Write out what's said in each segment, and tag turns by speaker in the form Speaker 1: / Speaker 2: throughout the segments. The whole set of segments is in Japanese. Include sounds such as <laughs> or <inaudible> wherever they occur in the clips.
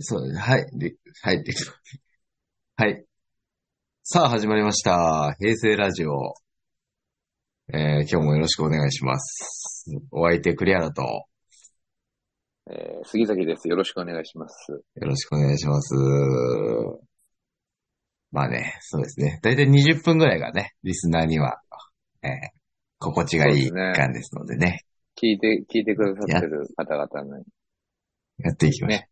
Speaker 1: そうですね。はい。で、はい。ではい。さあ、始まりました。平成ラジオ。えー、今日もよろしくお願いします。お相手、栗原と、よ
Speaker 2: えー杉崎です。よろしくお願いします。
Speaker 1: ろしくお願いします。まあね、そうですね。だいたい20分ぐらいがね、リスナーには、えー、心地がいい時
Speaker 2: そうですね
Speaker 1: 間ですのでね、
Speaker 2: 聞いて、聞いてくださってる方々に。
Speaker 1: やっていきましょう。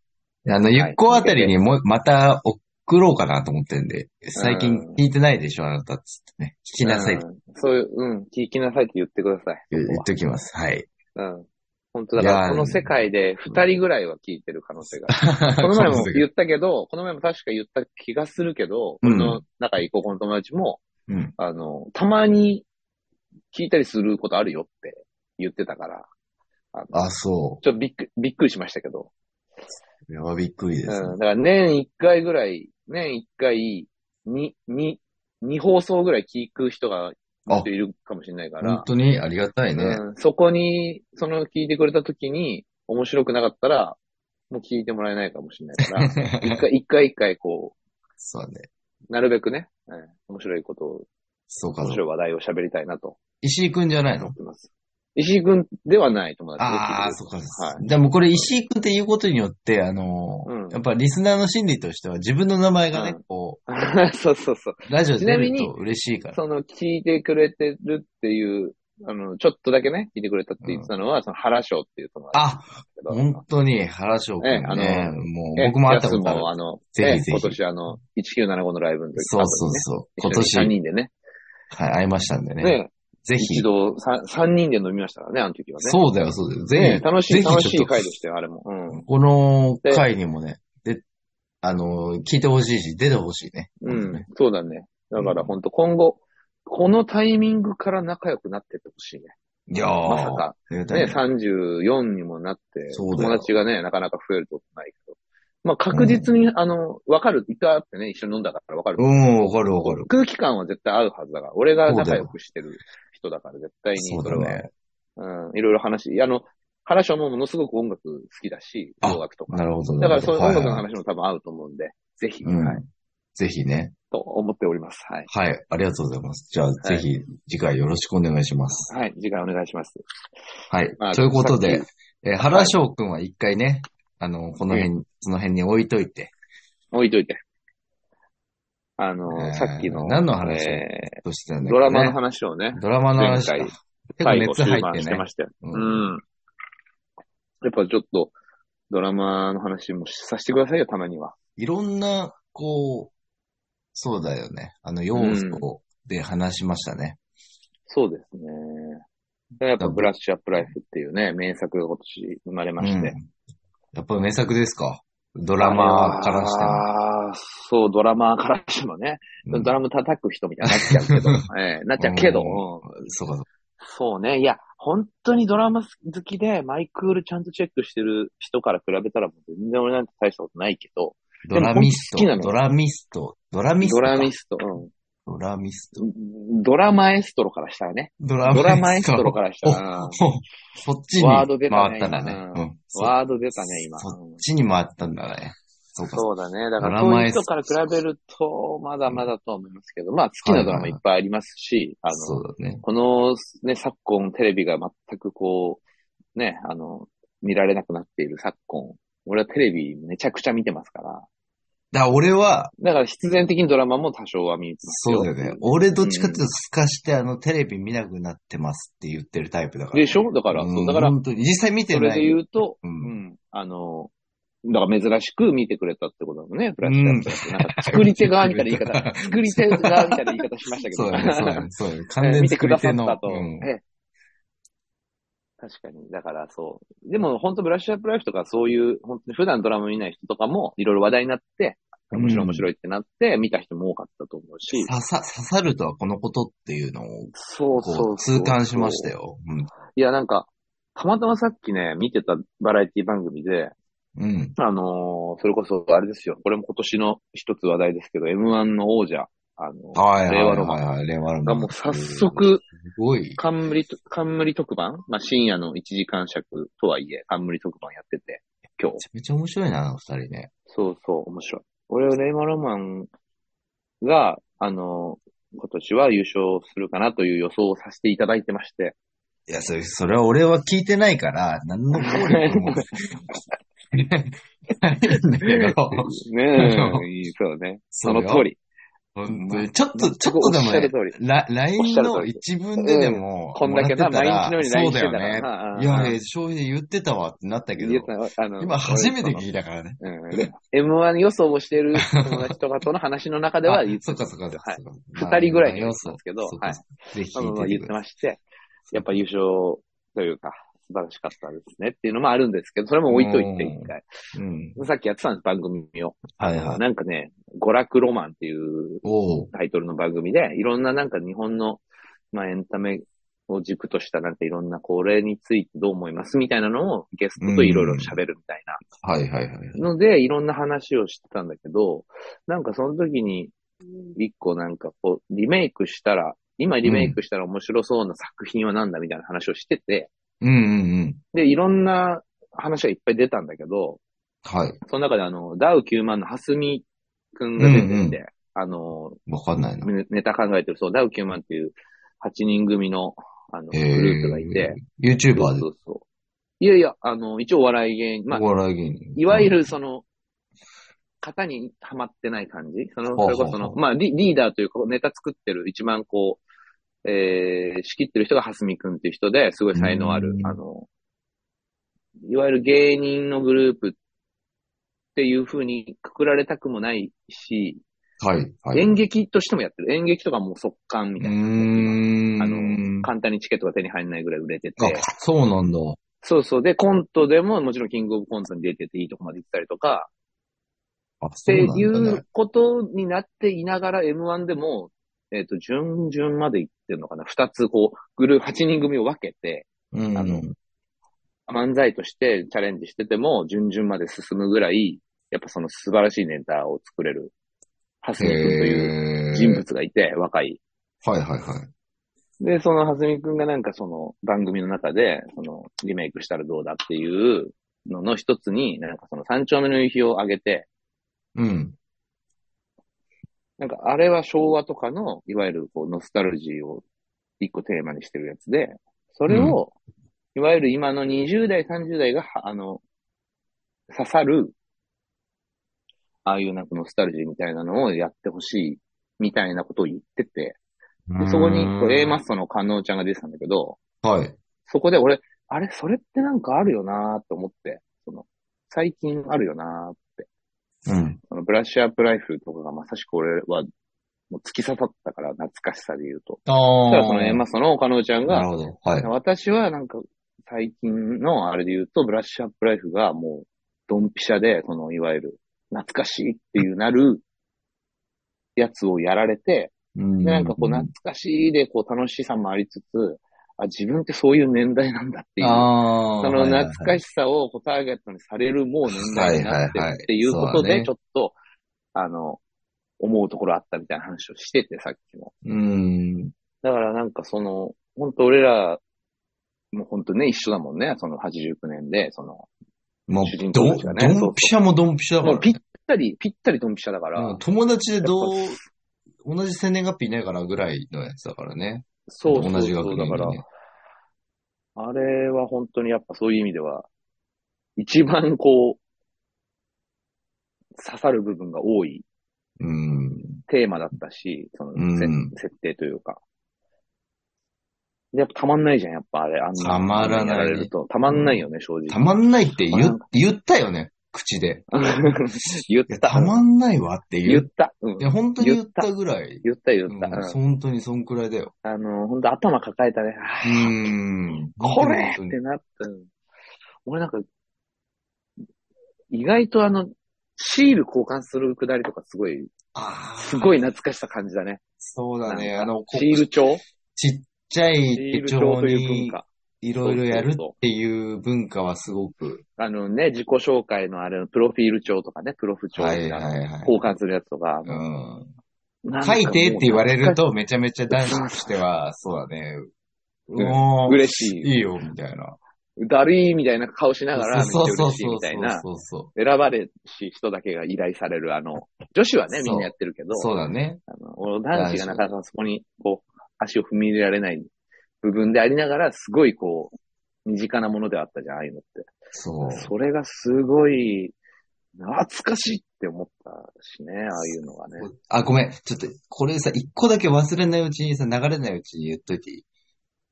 Speaker 1: あの、ゆっこあたりにも、また送ろうかなと思ってんで、最近聞いてないでしょ、あなたっつってね。聞きなさいって
Speaker 2: うんそういう、うん、聞きなさいって言ってください。
Speaker 1: 言っときます。はい。
Speaker 2: うん。本当だか
Speaker 1: いや
Speaker 2: ら、
Speaker 1: ー
Speaker 2: この世界で二人ぐらいは聞いてる可能性がある。こ
Speaker 1: こ
Speaker 2: の前
Speaker 1: <laughs>
Speaker 2: も言ったけど、この前も確か言った気がするけど、
Speaker 1: うん
Speaker 2: この仲いい高校の友達も、
Speaker 1: うん。
Speaker 2: あの、たまに聞いたりすることあるよって言ってたから、あの
Speaker 1: あ、そ
Speaker 2: ちょっとびっくびっくりしましたけど。
Speaker 1: う。やばびっくりです、
Speaker 2: うん。だから年1回ぐらい、年1回、に、に、2放送ぐらい聞く人が、
Speaker 1: あ
Speaker 2: いるかもしれないか
Speaker 1: 本
Speaker 2: ら、
Speaker 1: 当にありがたいね。
Speaker 2: うん、そこに、その聞いてくれた時に、面白くなかったら、もう聞いてもらえないかもしれな
Speaker 1: <laughs>
Speaker 2: いから、一回一回一回こ
Speaker 1: そうね。
Speaker 2: う、なるべくね、うん面白いことを、
Speaker 1: そうか
Speaker 2: 面白い話題を喋りたいなと
Speaker 1: 石井くんじゃないの
Speaker 2: 思ってます。石井くんではない友達です
Speaker 1: ああ、そうか。
Speaker 2: は
Speaker 1: でもこれ石井くんって言うことによって、あのー
Speaker 2: うん
Speaker 1: やっぱリスナーの心理としては自分の名前がね、
Speaker 2: うん <laughs>
Speaker 1: こ
Speaker 2: い。そうそうそう。
Speaker 1: う、ラジオで出る
Speaker 2: ちなみ
Speaker 1: と
Speaker 2: に
Speaker 1: 嬉しいから。
Speaker 2: その、聞いてくれてるっていう、あの、ちょっとだけね、聞いてくれたって言ってたのは、その、原翔っていう友達
Speaker 1: あ、
Speaker 2: だけど
Speaker 1: 本、当に原翔くんね
Speaker 2: ええあのー
Speaker 1: もう
Speaker 2: え
Speaker 1: 僕も会ったことあ
Speaker 2: やつも
Speaker 1: る。
Speaker 2: あの、
Speaker 1: ぜひぜひ
Speaker 2: え今年あの、1975のライブの時、
Speaker 1: そうそうそう。今年、
Speaker 2: 3人でね。
Speaker 1: はい、会いましたんでね。
Speaker 2: ね、
Speaker 1: ぜひ
Speaker 2: 一。度3、三人で飲みましたからね、あの時はね。
Speaker 1: そうだよ、そうだよ。
Speaker 2: ね
Speaker 1: ぜひ、
Speaker 2: 楽し
Speaker 1: ぜ
Speaker 2: い、
Speaker 1: ひちょっ
Speaker 2: 楽
Speaker 1: と
Speaker 2: しい回でしたよ、あれも。うん。
Speaker 1: この
Speaker 2: で
Speaker 1: 回にもね、で、あの、聞いてほしいし、出てほしいね。
Speaker 2: うん。そうだね。だから本当今後、このタイミングから仲良くなってってほしいね。
Speaker 1: いやー。
Speaker 2: まさか。
Speaker 1: 絶対
Speaker 2: ね、
Speaker 1: に
Speaker 2: 34にもなって、
Speaker 1: そうだよ
Speaker 2: 友達がね、なかなか増えることないけど。まあ、確実に、あの、わかる、一回会ってね、一緒に飲んだからわかる。
Speaker 1: うん、わかるわかる。
Speaker 2: 空気感は絶対合うはずだから、俺が
Speaker 1: そうだ
Speaker 2: 仲
Speaker 1: よ
Speaker 2: 良くしてる人だから、絶対に
Speaker 1: そう
Speaker 2: そ
Speaker 1: だ
Speaker 2: れは、
Speaker 1: ね。
Speaker 2: うん、いろいろ話、あの、話はもうものすごく音楽好きだし、
Speaker 1: あ
Speaker 2: 洋楽とか。
Speaker 1: なるほど。
Speaker 2: だからそういう音楽の
Speaker 1: なる
Speaker 2: 話も多分合うと思うんで、ぜひ、
Speaker 1: ほどはいは
Speaker 2: はいい、
Speaker 1: うん。ぜひね。
Speaker 2: と思っております。はい。
Speaker 1: はい、ありがとうございます。じゃあ、ぜ
Speaker 2: い
Speaker 1: ひ、次回よろしくお願いします。
Speaker 2: はい、次回お願いします。
Speaker 1: はい
Speaker 2: まあ。
Speaker 1: ということで
Speaker 2: さっ、
Speaker 1: えー原翔くんは一回ね、あの、この辺、その辺に置いといて、
Speaker 2: 置いといて。あの、
Speaker 1: えー
Speaker 2: さっきの、
Speaker 1: 何の話
Speaker 2: え
Speaker 1: としては
Speaker 2: ー
Speaker 1: ね。
Speaker 2: ドラマの話をね、
Speaker 1: ドラマの話か。
Speaker 2: 前
Speaker 1: 結
Speaker 2: 回
Speaker 1: 構
Speaker 2: 最後
Speaker 1: 熱
Speaker 2: 終
Speaker 1: 入
Speaker 2: 盤
Speaker 1: っ
Speaker 2: してて
Speaker 1: ね
Speaker 2: ま。したよ。
Speaker 1: う
Speaker 2: うんん。やっぱちょっと、ドラマの話もさせてくださいよ、たまには。
Speaker 1: いろんな、こう、そうだよね。あの、要素で話しましたね。
Speaker 2: そうですね。やっぱブラッシュアップライフっていうね、名作が今年生まれまして。
Speaker 1: うんやっぱ名作ですかドラマーからしても。
Speaker 2: ああ、そう、ドラマーからしてもね。
Speaker 1: うん
Speaker 2: ドラム叩く人みたいになっちゃう
Speaker 1: <laughs>
Speaker 2: けど。ええなっちゃうけど、
Speaker 1: うん
Speaker 2: うん
Speaker 1: そうかそうか。
Speaker 2: そうね。いや、本当にドラマ好きで、マイクールちゃんとチェックしてる人から比べたら、もう全然俺なんて大したことないけど、
Speaker 1: ドラミス
Speaker 2: でも
Speaker 1: ト、
Speaker 2: 僕
Speaker 1: ド
Speaker 2: 好き
Speaker 1: ラミスト、ドラミスト
Speaker 2: ド
Speaker 1: か。
Speaker 2: ラミスト、うん。
Speaker 1: ドラミスト。
Speaker 2: ドラマエストロからしたらね。
Speaker 1: ド
Speaker 2: ドラマエストロからしたら、うん
Speaker 1: ほ <laughs> そっちに
Speaker 2: ワード出た
Speaker 1: 回
Speaker 2: ね
Speaker 1: ったんだね。
Speaker 2: 今
Speaker 1: うんそっ
Speaker 2: ワード出たね、今。
Speaker 1: そ
Speaker 2: うん
Speaker 1: ちに回ったんだね。そうか。
Speaker 2: そうだね。だから、
Speaker 1: ドラ
Speaker 2: そう
Speaker 1: マ
Speaker 2: い
Speaker 1: エ
Speaker 2: う
Speaker 1: スト
Speaker 2: 人から比べると、まだまだとは思いますけど、まあ、好きなドラマいっぱいありますし、あ
Speaker 1: そ
Speaker 2: の、
Speaker 1: うだね。
Speaker 2: この、ね、昨今テレビが全くこう、ね、あの、見られなくなっている昨今、俺はテレビめちゃくちゃ見てますから、
Speaker 1: だから俺は、
Speaker 2: だから必然的にドラマも多少は見ますよ。
Speaker 1: そうだよね。俺どっちかっていうと透かしてあのテレビ見なくなってますって言ってるタイプだから。
Speaker 2: でしょだから、
Speaker 1: うん
Speaker 2: そうだから、
Speaker 1: 本当に実際見て
Speaker 2: そ
Speaker 1: ない。
Speaker 2: れで言うと、
Speaker 1: う
Speaker 2: うんん、あの、だから珍しく見てくれたってことだもんね、フラッシュアップだってなんか作り手側みたいな言
Speaker 1: <laughs>
Speaker 2: い方、作り手側みたいな言い方しましたけど。
Speaker 1: そうだね、そうだね、
Speaker 2: <laughs>
Speaker 1: そうだね。
Speaker 2: え
Speaker 1: 完
Speaker 2: ー
Speaker 1: 全
Speaker 2: 見てく
Speaker 1: 作
Speaker 2: だ
Speaker 1: り
Speaker 2: さ
Speaker 1: 手
Speaker 2: っ
Speaker 1: の。
Speaker 2: たと。
Speaker 1: うん
Speaker 2: ええ確かに。だからそう。でも本当ブラッシュアップライフとかそういう、本当に普段ドラマ見ない人とかもいろいろ話題になって、面白い面白いってなって、見た人も多かったと思うし。
Speaker 1: 刺さ、刺さるとはこのことっていうのを、
Speaker 2: そう
Speaker 1: こう、痛感しました。よ。
Speaker 2: いや、なんか、たまたまさっきね、見てたバラエティ番組で、
Speaker 1: うん。うん。
Speaker 2: あのーそれこそ、あれですよ。これも今年の一つ話題ですけど、M1 の王者、あの、
Speaker 1: はいはい
Speaker 2: 令和ロマン
Speaker 1: はいはい。令和ロマ
Speaker 2: が
Speaker 1: ン。
Speaker 2: もう早
Speaker 1: す
Speaker 2: 速、
Speaker 1: ごい。
Speaker 2: 冠と、冠特番まあ、深夜の1時間尺とはいえ、冠特番やってて、今日
Speaker 1: め。ちゃめちゃ面白いな、あの二人ね。
Speaker 2: そうそう、面白い。俺はレイマロマンが、あの、今年は優勝するかなという予想をさせていただいてま
Speaker 1: <laughs>
Speaker 2: して。
Speaker 1: いや、それ、それは俺は聞いてないから、何の効力
Speaker 2: <laughs>
Speaker 1: も。 <laughs> ないんだけど、
Speaker 2: ねえ、いいそうね。その通り。
Speaker 1: 本当にちょっと、ちょっとで
Speaker 2: おっ
Speaker 1: も
Speaker 2: しゃる
Speaker 1: ね
Speaker 2: 通、り。
Speaker 1: ラ LINE の
Speaker 2: おっしゃる通り
Speaker 1: 一文ででも、
Speaker 2: こんだけな、
Speaker 1: もら
Speaker 2: 毎
Speaker 1: ってたら
Speaker 2: 日のように LINE してた
Speaker 1: そうだよね。
Speaker 2: ら。
Speaker 1: いや、えー正直言ってたわってなったけど、今初めて聞いたからね。
Speaker 2: うんで M1 予想をしている友達とかとの話の中では言って
Speaker 1: そっか
Speaker 2: た
Speaker 1: そっかそっか。
Speaker 2: はい
Speaker 1: まあ
Speaker 2: 二人ぐらいの
Speaker 1: 要
Speaker 2: 要
Speaker 1: 素
Speaker 2: 素なんですけど
Speaker 1: そうか
Speaker 2: はい
Speaker 1: そうかぜひ
Speaker 2: まあまあま
Speaker 1: 聞
Speaker 2: あ
Speaker 1: いて
Speaker 2: 言っ
Speaker 1: く
Speaker 2: て
Speaker 1: ださい。
Speaker 2: まして、やっぱ優勝というか、素晴らしかったですねっていうのもあるんですけど、それも置いといて
Speaker 1: うん
Speaker 2: 一回。
Speaker 1: うん。
Speaker 2: さっきやってたんです、番組を。
Speaker 1: はいはい。
Speaker 2: なんかね、娯楽ロマンっていう
Speaker 1: おう
Speaker 2: タイトルの番組で、いろんななんか日本の、まあエンタメを軸としたなんかいろんなこれについてどう思いますみたいなのをゲストといろいろ喋るみたいな。
Speaker 1: はいはいはい。
Speaker 2: ので、いろんな話をしてたんだけど、なんかその時に、一個なんかこう、リメイクしたら、今リメイクしたら面白そうな作品はなんだみたいな話をしてて、
Speaker 1: うんうんうん。
Speaker 2: で、いろんな話がいっぱい出たんだけど、
Speaker 1: はい。
Speaker 2: その中であの、ダウ9万のハスミくんが出てて、
Speaker 1: うんうん
Speaker 2: あの、
Speaker 1: わかんないな。
Speaker 2: ねネタ考えてる、そう、ダウ9万っていう8人組の、あの、グループがいて、
Speaker 1: えー、YouTuber で
Speaker 2: そ、うそう。いやいや、あの、一応お笑い芸人、まあ
Speaker 1: お、笑い芸人。
Speaker 2: いわゆるその、型にはまってない感じその、
Speaker 1: ほうほう
Speaker 2: それ
Speaker 1: ほう
Speaker 2: こその、まあリ、リーダーというか、ネタ作ってる、一番こう、えー、仕切ってる人がはすみくんっていう人で、すごい才能ある
Speaker 1: う、ん
Speaker 2: あの、いわゆる芸人のグループっていう風にくくられたくもないし、
Speaker 1: はい、はい。
Speaker 2: 演劇としてもやってる。演劇とかもう速乾み
Speaker 1: う
Speaker 2: た
Speaker 1: ー
Speaker 2: いな。
Speaker 1: ん。
Speaker 2: あの、簡単にチケットが手に入らないぐらい売れてて。
Speaker 1: あ、そうなんだ。
Speaker 2: そうそう。で、コントでももちろんキングオブコントに出てていいとこまで行ったりとか、
Speaker 1: あ、
Speaker 2: っ
Speaker 1: そ
Speaker 2: て
Speaker 1: うなん
Speaker 2: い
Speaker 1: だ、ね
Speaker 2: う。ことになっていながら M1 でも、えっ、と、順々まで行ってるのかな二つこう、グループ8人組を分けて、
Speaker 1: うん。
Speaker 2: あの漫才としてチャレンジしてても、順々まで進むぐらい、やっぱその素晴らしいネタを作れる、ハスミ君という
Speaker 1: へー
Speaker 2: 人物がいて、若い。
Speaker 1: はいはいはい。
Speaker 2: で、そのはずみくんがなんかその番組の中で、そのリメイクしたらどうだっていうのの一つに、なんかその三丁目の夕日をあげて、
Speaker 1: うん。
Speaker 2: なんかあれは昭和とかの、いわゆるこうノスタルジーを一個テーマにしてるやつで、それを、いわゆる今の20代、30代がは、あの、刺さる、ああいうなんかノスタルジーみたいなのをやってほしい、みたいなことを言ってて、でそこにこう A マ
Speaker 1: す。
Speaker 2: ッソの加納ちゃんが出てたんだけど、
Speaker 1: はい。
Speaker 2: そこで俺、あれ、それってなんかあるよなーって思って、その、最近あるよなーって。
Speaker 1: うん。
Speaker 2: そのブラッシュアップライフとかがまさしく俺は、もう突き刺さったから、懐かしさで言うと。
Speaker 1: あ
Speaker 2: だ
Speaker 1: あ。
Speaker 2: からそのエマスの岡野ちゃん
Speaker 1: なるほ
Speaker 2: が、
Speaker 1: ど。はい。
Speaker 2: 私はなんか最近のあれで言うと、ブラッシュアップライフがもう、ドンピシャで、その、いわゆる、懐かしいっていうなる、やつをやられて、で、
Speaker 1: な
Speaker 2: なんかこう、懐かしいで、こう、楽しさもありつつ、あ、自分ってそういう年代なんだっていう。
Speaker 1: ああ。
Speaker 2: その懐
Speaker 1: し
Speaker 2: かしさをこうターゲットにされるもう年代になって
Speaker 1: はいはいはい
Speaker 2: っていうこと
Speaker 1: そうだ
Speaker 2: で、
Speaker 1: ね
Speaker 2: ちょっと、あの、思うところあったみたいな話をしてて、さっきも。
Speaker 1: い。うん。
Speaker 2: だからなんかその、本当俺ら、もう本当ね、一緒だもんね、その89年で、その、
Speaker 1: も
Speaker 2: 主人
Speaker 1: う、
Speaker 2: 公
Speaker 1: ど
Speaker 2: たちが、ねそうそう
Speaker 1: ドンピシャもドンピシャだか
Speaker 2: も
Speaker 1: ら
Speaker 2: う
Speaker 1: ね。
Speaker 2: ぴったり、ぴったりドンピシャだから、
Speaker 1: うん友達でどう、同じ生年月日いないからぐらいのやつだからね。
Speaker 2: そうそう
Speaker 1: 同じ
Speaker 2: そ
Speaker 1: 学
Speaker 2: う、
Speaker 1: 年
Speaker 2: だ
Speaker 1: に
Speaker 2: から、
Speaker 1: ね。
Speaker 2: あれは本当にやっぱそういう意味では、一番こう、刺さる部分が多い
Speaker 1: うん。
Speaker 2: テーマだったし、その、せ
Speaker 1: うん
Speaker 2: 設定というか。やっぱたまんないじゃん、やっぱあれ。あん
Speaker 1: たまらない
Speaker 2: やられると。たまんないよね、正直。
Speaker 1: たまんないって言
Speaker 2: なん
Speaker 1: う言ったよね。口で。
Speaker 2: 言っ
Speaker 1: いや
Speaker 2: た。
Speaker 1: たまんないわって言
Speaker 2: 言っ
Speaker 1: う。
Speaker 2: た。うん
Speaker 1: い。や、本当に言ったぐらい。
Speaker 2: 言った、言
Speaker 1: う
Speaker 2: っ
Speaker 1: ん
Speaker 2: た。うん
Speaker 1: 本当にそんくらいだよ。
Speaker 2: あの、本当頭抱えたね。
Speaker 1: う
Speaker 2: あ
Speaker 1: ーん。
Speaker 2: これ
Speaker 1: 本当
Speaker 2: っ
Speaker 1: に
Speaker 2: てなった。うん俺なんか、意外とあの、シール交換するくだりとかすごい、
Speaker 1: あー
Speaker 2: すごい懐かしさ感じだね。
Speaker 1: そうだね。
Speaker 2: なんか
Speaker 1: あの、こ
Speaker 2: シール帳
Speaker 1: ちっちゃ
Speaker 2: シ
Speaker 1: い
Speaker 2: ール
Speaker 1: 手
Speaker 2: 帳
Speaker 1: 帳
Speaker 2: という文
Speaker 1: に
Speaker 2: 化。
Speaker 1: いろいろやるっていう文化はすごく。
Speaker 2: あのね、自己紹介のあれのプロフィール帳とかね、プロフ帳
Speaker 1: はい
Speaker 2: 交
Speaker 1: はいはい。
Speaker 2: 換するやつとか。
Speaker 1: うん
Speaker 2: なんか
Speaker 1: 書
Speaker 2: もう
Speaker 1: いてって言われると、めちゃめちゃ男子としては、そうだね。
Speaker 2: ん
Speaker 1: もう
Speaker 2: 嬉しい
Speaker 1: いいよ、みたいな。
Speaker 2: だるいみたいな顔しながら、めっちゃ
Speaker 1: そうそう
Speaker 2: 嬉しい
Speaker 1: そう
Speaker 2: みたいな。
Speaker 1: そうそう。
Speaker 2: 選ばれし人だけが依頼される、あの、女子はね、
Speaker 1: そう
Speaker 2: みんなやってるけど、
Speaker 1: そうだね。
Speaker 2: あの男子がなかなかそこに、こう、足を踏み入れられない部分でありながら、すごいこう、身近なものではあったじゃん、ああいうのって。
Speaker 1: そう。
Speaker 2: それがすごい、懐かしいって思ったしね、ああいうのがね。
Speaker 1: あ、ごめん。ちょっと、これさ、一個だけ忘れないうちにさ、流れないうちに言っといていい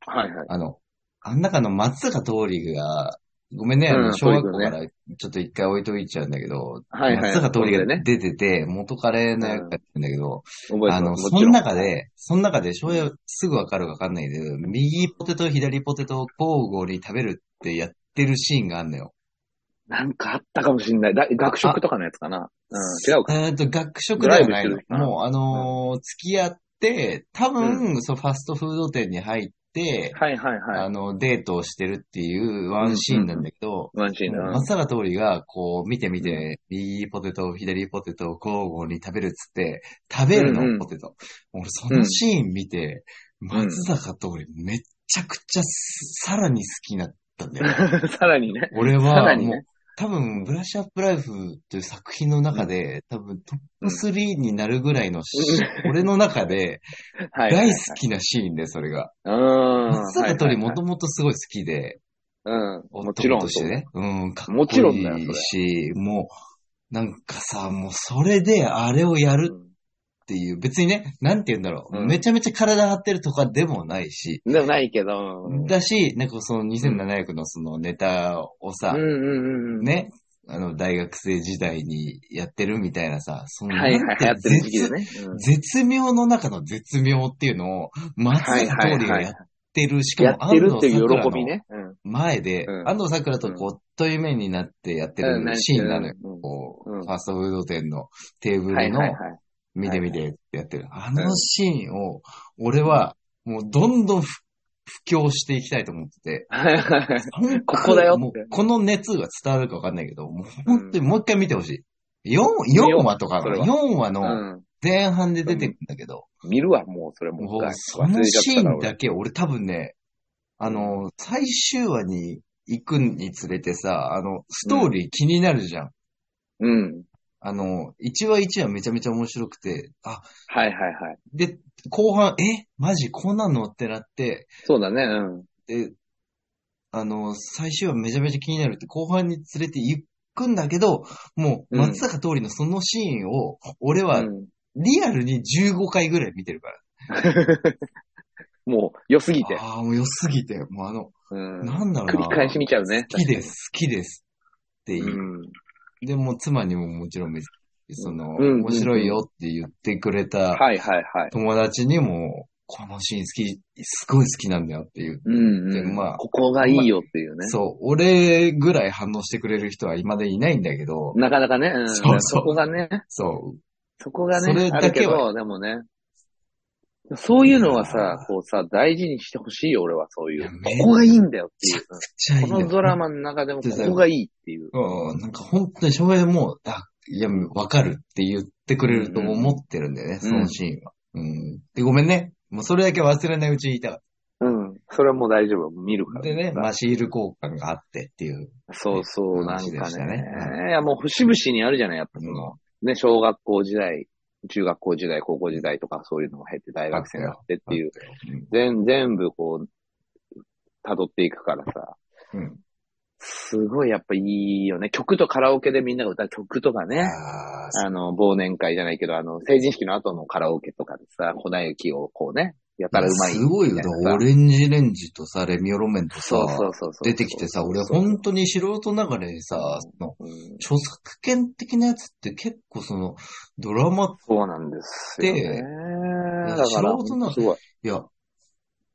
Speaker 2: はいはい。
Speaker 1: あの、あん中の松坂桃李が、ごめんね、あ
Speaker 2: う
Speaker 1: の、
Speaker 2: ん
Speaker 1: 小学校
Speaker 2: そうで
Speaker 1: か
Speaker 2: す
Speaker 1: らちょっと一回置いといちゃうんだけど、
Speaker 2: はいはい。
Speaker 1: 松坂桃李
Speaker 2: で
Speaker 1: が
Speaker 2: ね。
Speaker 1: 出てて、元彼の役だったんだけど、
Speaker 2: 覚え
Speaker 1: あ
Speaker 2: て
Speaker 1: の、
Speaker 2: ます。
Speaker 1: そ
Speaker 2: も
Speaker 1: の
Speaker 2: ちろん。
Speaker 1: 中で、その中で、翔平すぐわかるかわかんないけど、右ポテト、左ポテトを交互に食べるってやってるシーンがあんのよ。
Speaker 2: なんかあったかもしんない。だ学食とかのやつかな。うん、違うか。
Speaker 1: えっと、学食ではない
Speaker 2: ドライブして
Speaker 1: の
Speaker 2: る。な
Speaker 1: もう、あのー付き合って、多分、そう、ファストフード店に入って、
Speaker 2: はいはいは
Speaker 1: あ
Speaker 2: い。
Speaker 1: の、デートをしてるっていうワンシーンなんだけど、
Speaker 2: ワンシーンだな
Speaker 1: 松。坂桃李が、こう、見て見て、右ポテト、左ポテトを交互に食べるっつって、食べる
Speaker 2: うんうん
Speaker 1: の、ポテト。俺、そのシーン見て、
Speaker 2: ん
Speaker 1: 松坂桃李めっちゃくちゃす、さらに好きになったんだよね。
Speaker 2: <laughs> さらにね。
Speaker 1: 俺
Speaker 2: さら
Speaker 1: は、
Speaker 2: に
Speaker 1: も
Speaker 2: ね
Speaker 1: う、。多分、ブラッシュアップライフという作品の中で、多分、トップ3になるぐらいのシーン、俺の中で、
Speaker 2: <laughs> はいはいは
Speaker 1: 大
Speaker 2: い。
Speaker 1: 好きなシーンで、それが。
Speaker 2: うん。
Speaker 1: 松坂桃李も
Speaker 2: はい
Speaker 1: ともとすごい好きで、
Speaker 2: はいはいうん。も
Speaker 1: 男
Speaker 2: ちろん。
Speaker 1: としてね。うん、かっ
Speaker 2: もち
Speaker 1: こ
Speaker 2: ろんだよ
Speaker 1: いいし、もう、なんかさ、もうそれであれをや
Speaker 2: う
Speaker 1: る
Speaker 2: ん。
Speaker 1: っていう、別にね、なんて言うんだろう、
Speaker 2: うん
Speaker 1: めちゃめちゃ体張ってるとかでもないし、
Speaker 2: でもないけど。うん
Speaker 1: だし、なんかその2700のそのネタをさ、
Speaker 2: うんうんうん。。
Speaker 1: ね、あの、大学生時代にやってるみたいなさ、その、
Speaker 2: はい
Speaker 1: な
Speaker 2: は
Speaker 1: ん
Speaker 2: い。流行ってる時期で
Speaker 1: 絶
Speaker 2: ね。
Speaker 1: 絶妙の中の絶妙っていうのを、松
Speaker 2: はい
Speaker 1: 坂
Speaker 2: はい
Speaker 1: 通りが
Speaker 2: はい
Speaker 1: やってる、し
Speaker 2: うん。や
Speaker 1: かも
Speaker 2: ってるっていう喜
Speaker 1: 安藤サ
Speaker 2: び
Speaker 1: クラの
Speaker 2: ね。うん。
Speaker 1: 前で、
Speaker 2: うん
Speaker 1: 安藤サクラとこう、対面になってやって
Speaker 2: うん
Speaker 1: るシーンなのよ。
Speaker 2: うん
Speaker 1: こう、
Speaker 2: うん
Speaker 1: ファーストフード店のテーブ
Speaker 2: はい
Speaker 1: ル
Speaker 2: はい
Speaker 1: の
Speaker 2: は、
Speaker 1: 見て見てってやってる。あのシーンを、俺は、もうどんどん布教していきたいと思ってて、
Speaker 2: い。はいはいはい。
Speaker 1: 本当
Speaker 2: ここだよって
Speaker 1: もうこの熱が伝わるかわかんないけど、もう本当にもう一回見てほしい。4、4話とか
Speaker 2: それ
Speaker 1: の、
Speaker 2: は
Speaker 1: 4話
Speaker 2: う
Speaker 1: の
Speaker 2: ん。
Speaker 1: 前半で出てくるんだけど、
Speaker 2: 見るわ、もう、それも
Speaker 1: も
Speaker 2: う
Speaker 1: う
Speaker 2: 一回。
Speaker 1: そのシーンだけ、俺多分ね、あの、最終話に行くにつれてさ、あの、ストーリー気になるじゃん。
Speaker 2: うん。
Speaker 1: あの、1話1話めちゃめちゃ面白くて、あ、
Speaker 2: はいはいはい。
Speaker 1: で、後半、え、マジこうなんのってなって、
Speaker 2: そうだね、うん。
Speaker 1: で、あの、最終話めちゃめちゃ気になるって、後半に連れて行くんだけど、もう、
Speaker 2: うん
Speaker 1: 松坂通りのそのシーンを、俺は
Speaker 2: うん
Speaker 1: リアルに15回ぐらい見てるから。
Speaker 2: もう、良すぎて。
Speaker 1: ああ、もう良すぎて、もうあの、
Speaker 2: うん。
Speaker 1: なんだろう
Speaker 2: 繰
Speaker 1: な。
Speaker 2: り返し見ちゃうね。
Speaker 1: 好きです、好きですって
Speaker 2: う
Speaker 1: 言う。
Speaker 2: ん。
Speaker 1: で、もう妻にももちろんめ、その、
Speaker 2: うんうん
Speaker 1: 面白いよって言ってくれた
Speaker 2: はいはいはい。
Speaker 1: 友達にも、このシーン好き、すごい好きなんだよっていう。
Speaker 2: うん、
Speaker 1: で
Speaker 2: うん。
Speaker 1: まあ
Speaker 2: ここがいいよっていうね。
Speaker 1: そう、俺ぐらい反応してくれる人は今でいないんだけど、
Speaker 2: なかなかね、うん。
Speaker 1: そうそう
Speaker 2: こがね、
Speaker 1: そう、
Speaker 2: そこが
Speaker 1: そ
Speaker 2: ね、
Speaker 1: れ
Speaker 2: あ
Speaker 1: だ
Speaker 2: るけ
Speaker 1: けは
Speaker 2: ど、でもね。そういうのは
Speaker 1: うわ
Speaker 2: さ、こうさ、大事にしてほしいよ、俺はそうい。
Speaker 1: いうや
Speaker 2: こ
Speaker 1: め
Speaker 2: こがいいんだよっていう。うん
Speaker 1: じゃあいい
Speaker 2: こ
Speaker 1: んだ
Speaker 2: のドラマの中でもここがいいっていう。
Speaker 1: うん、なんか本当に翔平も、あ、いや、わかるって言ってくれると思ってるんだよね、
Speaker 2: うん
Speaker 1: そのシーンは。うん。で、ごめんね。もうそれだけ忘れないうちにいたか。
Speaker 2: うん。それはもう大丈夫。見るからら。
Speaker 1: でね、マシール交換があってっていう。
Speaker 2: そうそう、な
Speaker 1: 話
Speaker 2: ん
Speaker 1: で
Speaker 2: か
Speaker 1: した
Speaker 2: ね
Speaker 1: ね。
Speaker 2: いや、もう節々にあるじゃない、やっぱその、ね、小学校時代、中学校時代、高校時代とかそういうのも経って、大学生になってっていう、全全部こう、辿っていくからさ、
Speaker 1: うん。うん。
Speaker 2: すごいやっぱいいよね。曲とカラオケでみんなが歌う曲とか
Speaker 1: あ
Speaker 2: ね。
Speaker 1: あ、
Speaker 2: あの、忘年会じゃないけど、あの、成人式の後のカラオケとかでさ、粉雪をこうね、やたらうまい
Speaker 1: すごいよ。
Speaker 2: み
Speaker 1: だ
Speaker 2: た
Speaker 1: か
Speaker 2: な
Speaker 1: らオ
Speaker 2: さ
Speaker 1: レンジレンジとさ、レミオロメンとさ、
Speaker 2: そうそうそうそう。
Speaker 1: 出てきてさ、俺
Speaker 2: ん、
Speaker 1: 本当に素人ながらにさ、その
Speaker 2: うん
Speaker 1: 著作権的なやつって結構その、ドラマ、
Speaker 2: そうなんですよ、ね。
Speaker 1: で
Speaker 2: だから
Speaker 1: 素人な、
Speaker 2: すごい。
Speaker 1: いや、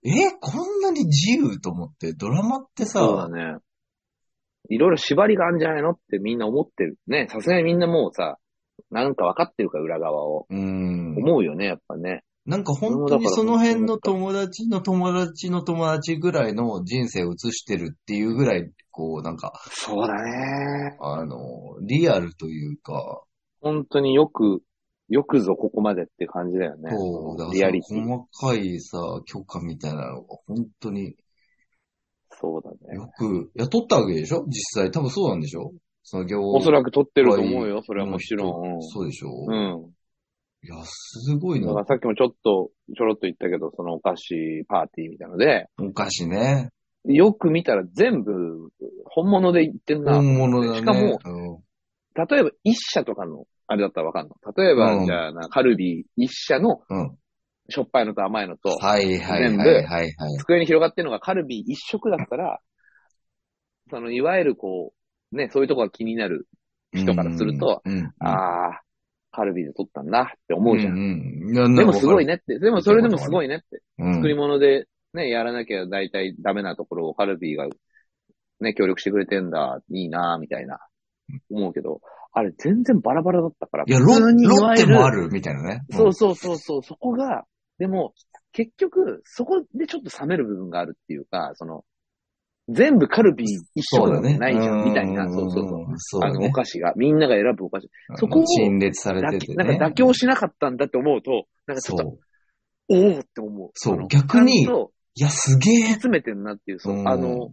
Speaker 1: え、こんなに自由と思って、ドラマって
Speaker 2: そうだ
Speaker 1: さ、
Speaker 2: ね。いろいろ縛りがあるんじゃないのってみんな思ってる。ね、さすがにみんなもうさ、なんか分かってるから裏側を。
Speaker 1: うーん。
Speaker 2: 思うよね、やっぱね。
Speaker 1: なんか本当にその辺の友達の友達の友達ぐらいの人生を映してるっていうぐらい、こう、なんか、
Speaker 2: そうだね。
Speaker 1: あの、リアルというか、
Speaker 2: 本当によく、よくぞここまでって感じだよね。
Speaker 1: そう、だか
Speaker 2: リア
Speaker 1: ら
Speaker 2: リテ
Speaker 1: そ
Speaker 2: ィ。
Speaker 1: の細かいさ、許可みたいなのが本当に、
Speaker 2: そうだね。
Speaker 1: よく雇ったわけでしょ実際。多分そうなんでしょその業
Speaker 2: おそらく撮ってると思う
Speaker 1: は
Speaker 2: よ、それはもちろん。
Speaker 1: そうでしょ
Speaker 2: うん。
Speaker 1: いや、すごい
Speaker 2: だか
Speaker 1: な
Speaker 2: ら。さっきもちょっと、ちょろっと言ったけど、そのお菓子パーティーみたいので、
Speaker 1: お菓子ね。
Speaker 2: よく見たら全部本物で言ってんな。
Speaker 1: 本物だね。
Speaker 2: しかも
Speaker 1: うん、
Speaker 2: 例えば一社とかの、あれだったらわかんの。例えば、
Speaker 1: うん
Speaker 2: じゃあな、カルビー一社の
Speaker 1: うん。
Speaker 2: しょっぱいのと甘いのと、
Speaker 1: はいはい
Speaker 2: 全部
Speaker 1: はいはいはい。
Speaker 2: 机に広がってるのがカルビー一色だったら、その、いわゆるこう、ね、そういうとこが気になる人からすると、
Speaker 1: うん、うん、
Speaker 2: ああ、カルビーで撮ったんだって思うじゃん。
Speaker 1: うんうん、いやなんか
Speaker 2: でもすごいねって。でもそれでも
Speaker 1: わかる
Speaker 2: すごいねって。
Speaker 1: わかる。
Speaker 2: 作り
Speaker 1: うん
Speaker 2: 物でね、やらなきゃ大体ダメなところをカルビーがね、協力してくれてんだ、いいな、みたいな、思うけど、あれ全然バラバラだったから。
Speaker 1: いや、ロ
Speaker 2: 普通にい
Speaker 1: ロ
Speaker 2: わ
Speaker 1: ッ
Speaker 2: ゆ
Speaker 1: テ
Speaker 2: る
Speaker 1: もあるみたいなね。
Speaker 2: そ
Speaker 1: ん
Speaker 2: うそうそうそう、そこが、でも、結局、そこでちょっと冷める部分があるっていうか、その、全部カルビー一
Speaker 1: そ
Speaker 2: 色
Speaker 1: うだ
Speaker 2: なんて
Speaker 1: ね。
Speaker 2: ないじゃん、みたいな、
Speaker 1: ん
Speaker 2: そうそうそう。
Speaker 1: そう
Speaker 2: あ
Speaker 1: だ
Speaker 2: の、お
Speaker 1: ね。
Speaker 2: 菓子が、みんなが選ぶお菓子。そこ
Speaker 1: あ
Speaker 2: を
Speaker 1: の陳列され
Speaker 2: だ
Speaker 1: て
Speaker 2: け
Speaker 1: てね。
Speaker 2: なんか妥協しなかったんだって思うと、なんかち
Speaker 1: そ
Speaker 2: ょっと、
Speaker 1: う。
Speaker 2: おおって思う。
Speaker 1: そう
Speaker 2: あの
Speaker 1: 逆に
Speaker 2: ちゃんと
Speaker 1: いや、すげえ。
Speaker 2: 詰めてんなっていう、そうう、
Speaker 1: ん
Speaker 2: あの、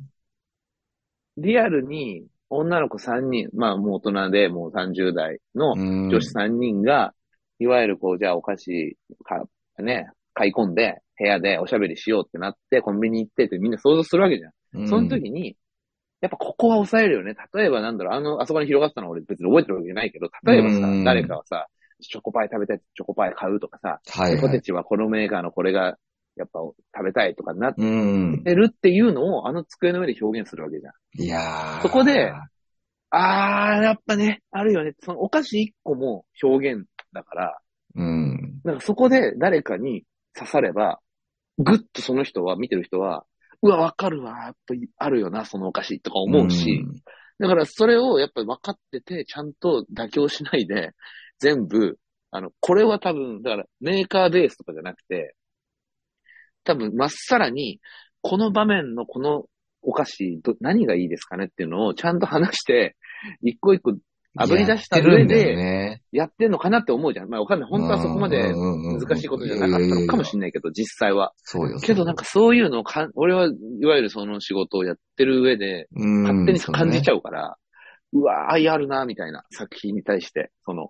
Speaker 2: リアルに女の子3人、まあもう大人でもう30代の
Speaker 1: 女
Speaker 2: 女子3人が、いわゆるこう、じゃあお菓子か、ね、買い込んで、部屋でおしゃべりしようってなって、コンビニ行ってってみんな想像するわけじゃん。
Speaker 1: うん
Speaker 2: その時に、やっぱここは抑えるよね。例えばなんだろう、あの、あそこに広がってたのは俺別に覚えてるわけじゃないけど、例えばさ
Speaker 1: うん、
Speaker 2: 誰かはさ、チョコパイ食べたいってチョコパイ買うとかさ、
Speaker 1: はい
Speaker 2: ポ
Speaker 1: は
Speaker 2: テ
Speaker 1: い。
Speaker 2: チはこのメーカーのこれが、やっぱ食べたいとかなっ
Speaker 1: うん。
Speaker 2: てるっていうのをあの机の上で表現するわけじゃん。
Speaker 1: いやー
Speaker 2: そこで、あー、やっぱね、あるよね。そのお菓子一個も表現だから、
Speaker 1: うん。
Speaker 2: なんかそこで誰かに刺されば、ぐっとその人は、見てる人は、うわ、わかるわ、やっぱりあるよな、そのお菓子とか思うし、だからそれをやっぱり分かってて、ちゃんと妥協しないで、全部、あの、これは多分、だからメーカーベースとかじゃなくて、多分まっさらに、この場面のこのお菓子ど、何がいいですかねっていうのをちゃんと話して、一個一個
Speaker 1: うん。
Speaker 2: 炙り出した
Speaker 1: やってる
Speaker 2: 上
Speaker 1: んだよ
Speaker 2: で
Speaker 1: ね。
Speaker 2: やってんのかなって思うじゃん。まあわかんない。本当はそこまで難
Speaker 1: 難
Speaker 2: しいことじゃなかったのかもしれないけど、実際は。
Speaker 1: そうよ。
Speaker 2: けどなんかそういうのをかん、俺はいわゆるその仕事をやってる上で、勝
Speaker 1: 勝
Speaker 2: 手に感じち
Speaker 1: ゃう
Speaker 2: ゃうから、うわ愛あるな、みたいな作品に対して、その、
Speaker 1: ん。い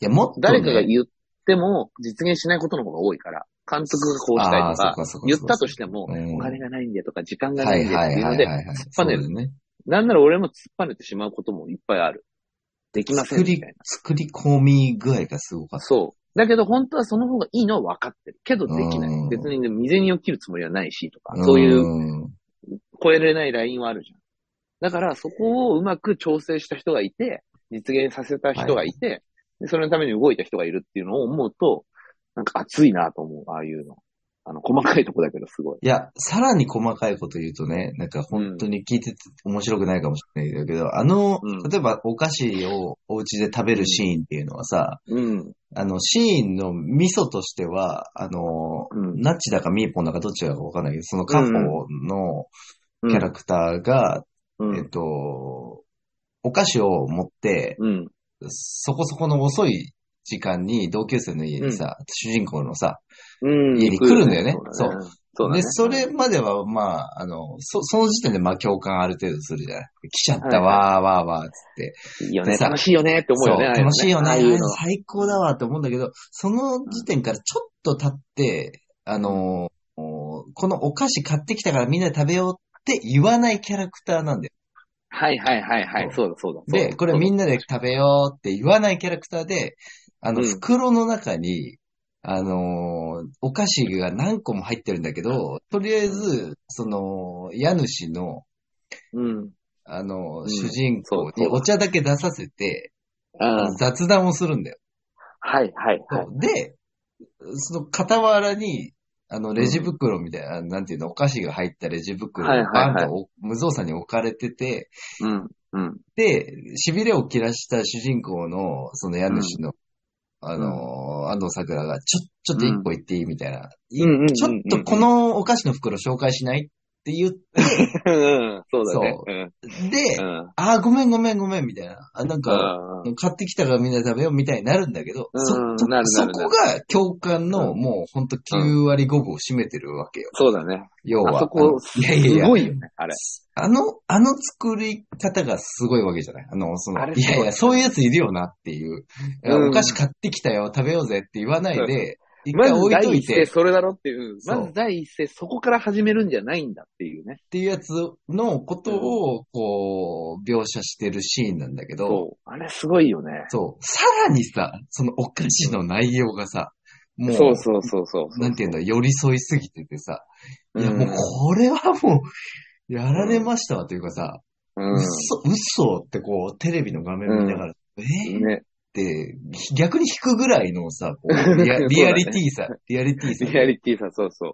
Speaker 1: や、もっとね
Speaker 2: 誰かが言っても実現しないことの方が多いから、監督がこうしたい
Speaker 1: あ
Speaker 2: と
Speaker 1: ーそっ
Speaker 2: か、
Speaker 1: かそっか
Speaker 2: 言ったとしても、
Speaker 1: うん
Speaker 2: お金がないんでとか、時間が
Speaker 1: は
Speaker 2: ない
Speaker 1: い
Speaker 2: んでっ
Speaker 1: は
Speaker 2: て
Speaker 1: い
Speaker 2: いう
Speaker 1: は
Speaker 2: の
Speaker 1: い
Speaker 2: で、
Speaker 1: はいはい。
Speaker 2: 突っぱねる
Speaker 1: そうだね。
Speaker 2: なんなら俺も突っぱねてしまうこともいっぱいある。できません
Speaker 1: 作
Speaker 2: みたい
Speaker 1: り
Speaker 2: な。、
Speaker 1: 作り込み具合がすごかった。
Speaker 2: そう。だけど本当はその方がいいのは分かってる。けどできな
Speaker 1: うん
Speaker 2: い。別にね、未然に起きるつもりはないしとか、そういう
Speaker 1: うん。
Speaker 2: 超えれないラインはあるじゃん。だからそこをうまく調整した人がいて、実現させた人がいて、でそれのために動いた人がいるっていうのを思うと、なんか熱いなと思う、ああいうの。あの、細かいとこだけどすごい。
Speaker 1: いや、さらに細かいこと言うとね、なんか本当に聞いてて面白くないかもしれないけど、あの
Speaker 2: うん、
Speaker 1: 例えばお菓子をお家で食べるシーンっていうのはさ、
Speaker 2: うん。
Speaker 1: あの、シーンの味噌としては、あの、
Speaker 2: うん
Speaker 1: ナッチだかミーポンだかどっちだかわかんないけど、そのカホの
Speaker 2: キ
Speaker 1: キャラクターが、
Speaker 2: うん。う
Speaker 1: え
Speaker 2: ん
Speaker 1: っと、お菓子を持って、
Speaker 2: うん。
Speaker 1: そこそこの遅い時間に同級生の家にさ、主人公のさ、
Speaker 2: うん。
Speaker 1: 家に来るんだよね
Speaker 2: そうだね。そうだ
Speaker 1: で、
Speaker 2: ね。
Speaker 1: それまでは、まあ、あの、そ、その時点で、まあ、共感ある程度するじゃない来ちゃった、わーわーわーっつって。
Speaker 2: いいよね。
Speaker 1: でさ
Speaker 2: 楽しいよねって思うよね。ああ
Speaker 1: そう
Speaker 2: いうの
Speaker 1: 楽しいよね、
Speaker 2: あ
Speaker 1: あ
Speaker 2: あ
Speaker 1: あ
Speaker 2: い
Speaker 1: いううの。
Speaker 2: の
Speaker 1: 最高だわって思うんだけど、その時点からちょっと経って、あの、このお菓子買ってきたからみんなで食べようって言わないキャラクターなんだよ。
Speaker 2: はいはいはいはい。そうだそうだ。そう
Speaker 1: で、
Speaker 2: だ
Speaker 1: これみんなで食べようって言わないキャラクターで、あの、
Speaker 2: うん
Speaker 1: 袋の中に、あのーお菓子が何個も入ってるんだけど、とりあえず、その、家主の、
Speaker 2: うん。
Speaker 1: あの、
Speaker 2: うん
Speaker 1: 主人公
Speaker 2: そう
Speaker 1: に
Speaker 2: そう
Speaker 1: お茶だけ出させて、
Speaker 2: あ
Speaker 1: あの雑談をするんだよ。
Speaker 2: はいはいはい。
Speaker 1: で、その傍らに、あの、レジ袋みたいな、なんていうの、お菓子が入ったレジ袋
Speaker 2: はい
Speaker 1: が
Speaker 2: はいは
Speaker 1: バ
Speaker 2: い
Speaker 1: ンとお無造作に置かれてて、
Speaker 2: うん。うん。
Speaker 1: で、痺れを切らした主人公の、その家主の、あの、安藤桜が、ちょ、ちょっと一個言っていいみたいな。
Speaker 2: うんうんうんうん
Speaker 1: ちょっとこのお菓子の袋紹介しないって言っ
Speaker 2: うんそうだね
Speaker 1: そ。
Speaker 2: うん。
Speaker 1: て、
Speaker 2: うん。
Speaker 1: あーごめんごめんごめんみたいな。あ、なんか、
Speaker 2: うん
Speaker 1: 買ってきたからみんなで食べようみたいになるんだけど、
Speaker 2: うん
Speaker 1: そ、そ
Speaker 2: なるなる
Speaker 1: そこが共感の
Speaker 2: う
Speaker 1: もうほんと9割5分を占めてるわけよ。
Speaker 2: そうだね。
Speaker 1: 要は。
Speaker 2: あそこ、
Speaker 1: あ
Speaker 2: す
Speaker 1: のいやいやいや
Speaker 2: ごいよね、あれ。
Speaker 1: あの、あの作り方がすごいわけじゃないあの、そ
Speaker 2: あ
Speaker 1: の、
Speaker 2: れ
Speaker 1: いやいや、
Speaker 2: すご
Speaker 1: そう
Speaker 2: い
Speaker 1: いうやついるよなっていう。いや
Speaker 2: うん
Speaker 1: お菓子買ってきたよ、食べようぜって言わないで、一
Speaker 2: ま
Speaker 1: 回
Speaker 2: ず
Speaker 1: 置いと
Speaker 2: 第
Speaker 1: い
Speaker 2: 一声
Speaker 1: てっ
Speaker 2: それだろっていう。
Speaker 1: そう
Speaker 2: まず第一声そこから始めるんじゃないんだっていうね。
Speaker 1: ていうやつのことを、こう、描写してるシーンなんだけど、
Speaker 2: そう。あれすごいよね。
Speaker 1: そう。さらにさ、そのお菓子の内容がさ、もう、
Speaker 2: そうそうそうそう。
Speaker 1: なんていうんだ、寄り添いすぎててさ、いや
Speaker 2: うん
Speaker 1: もうこれはもう、やられましたわというかさ、
Speaker 2: うん。
Speaker 1: 嘘、嘘ってこう、テレビの画面見ながら、えー
Speaker 2: ね。
Speaker 1: って、逆に引くぐらいのさ、
Speaker 2: <laughs>
Speaker 1: こうリアリアリティさ、リアリティさ。
Speaker 2: リアリティさ、そうそう。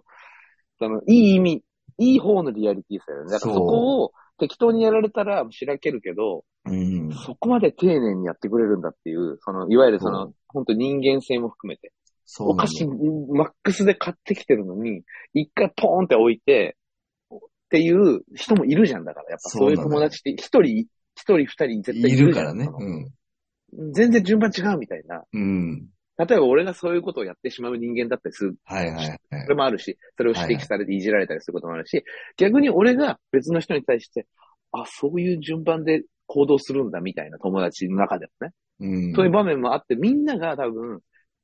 Speaker 2: その、いい意味、いい方のリアリティさよね。だか
Speaker 1: そ
Speaker 2: らそうこを適当にやられたらしらけるけど、
Speaker 1: うん。
Speaker 2: そこまで丁寧にやってくれるんだっていう、その、いわゆるそ
Speaker 1: そ
Speaker 2: の、本当人間性も含めて。
Speaker 1: そう
Speaker 2: お
Speaker 1: な
Speaker 2: 菓
Speaker 1: の
Speaker 2: 子、
Speaker 1: よ。
Speaker 2: マックスで買ってきてるのに、一回ポーンって置いて、っていう人もいるじゃんだから。やっぱそういう
Speaker 1: そうな
Speaker 2: 友
Speaker 1: のよ
Speaker 2: 達って一人、一人二人絶対
Speaker 1: い
Speaker 2: いる
Speaker 1: るか
Speaker 2: じゃ
Speaker 1: ら
Speaker 2: ん
Speaker 1: ね。
Speaker 2: その全然順番違うみたいな。
Speaker 1: うん。うん。
Speaker 2: 例えば俺がそういうことをやってしまう人間だったりする
Speaker 1: はいはいはい
Speaker 2: それ。もあるし、それを指摘されていじられたりすることもあるし、逆に俺が別の人に対して、あ、そういう順番で行動するんだみたいな友達の中でもね、
Speaker 1: うん。
Speaker 2: そういう場面もあって、みんなが多分、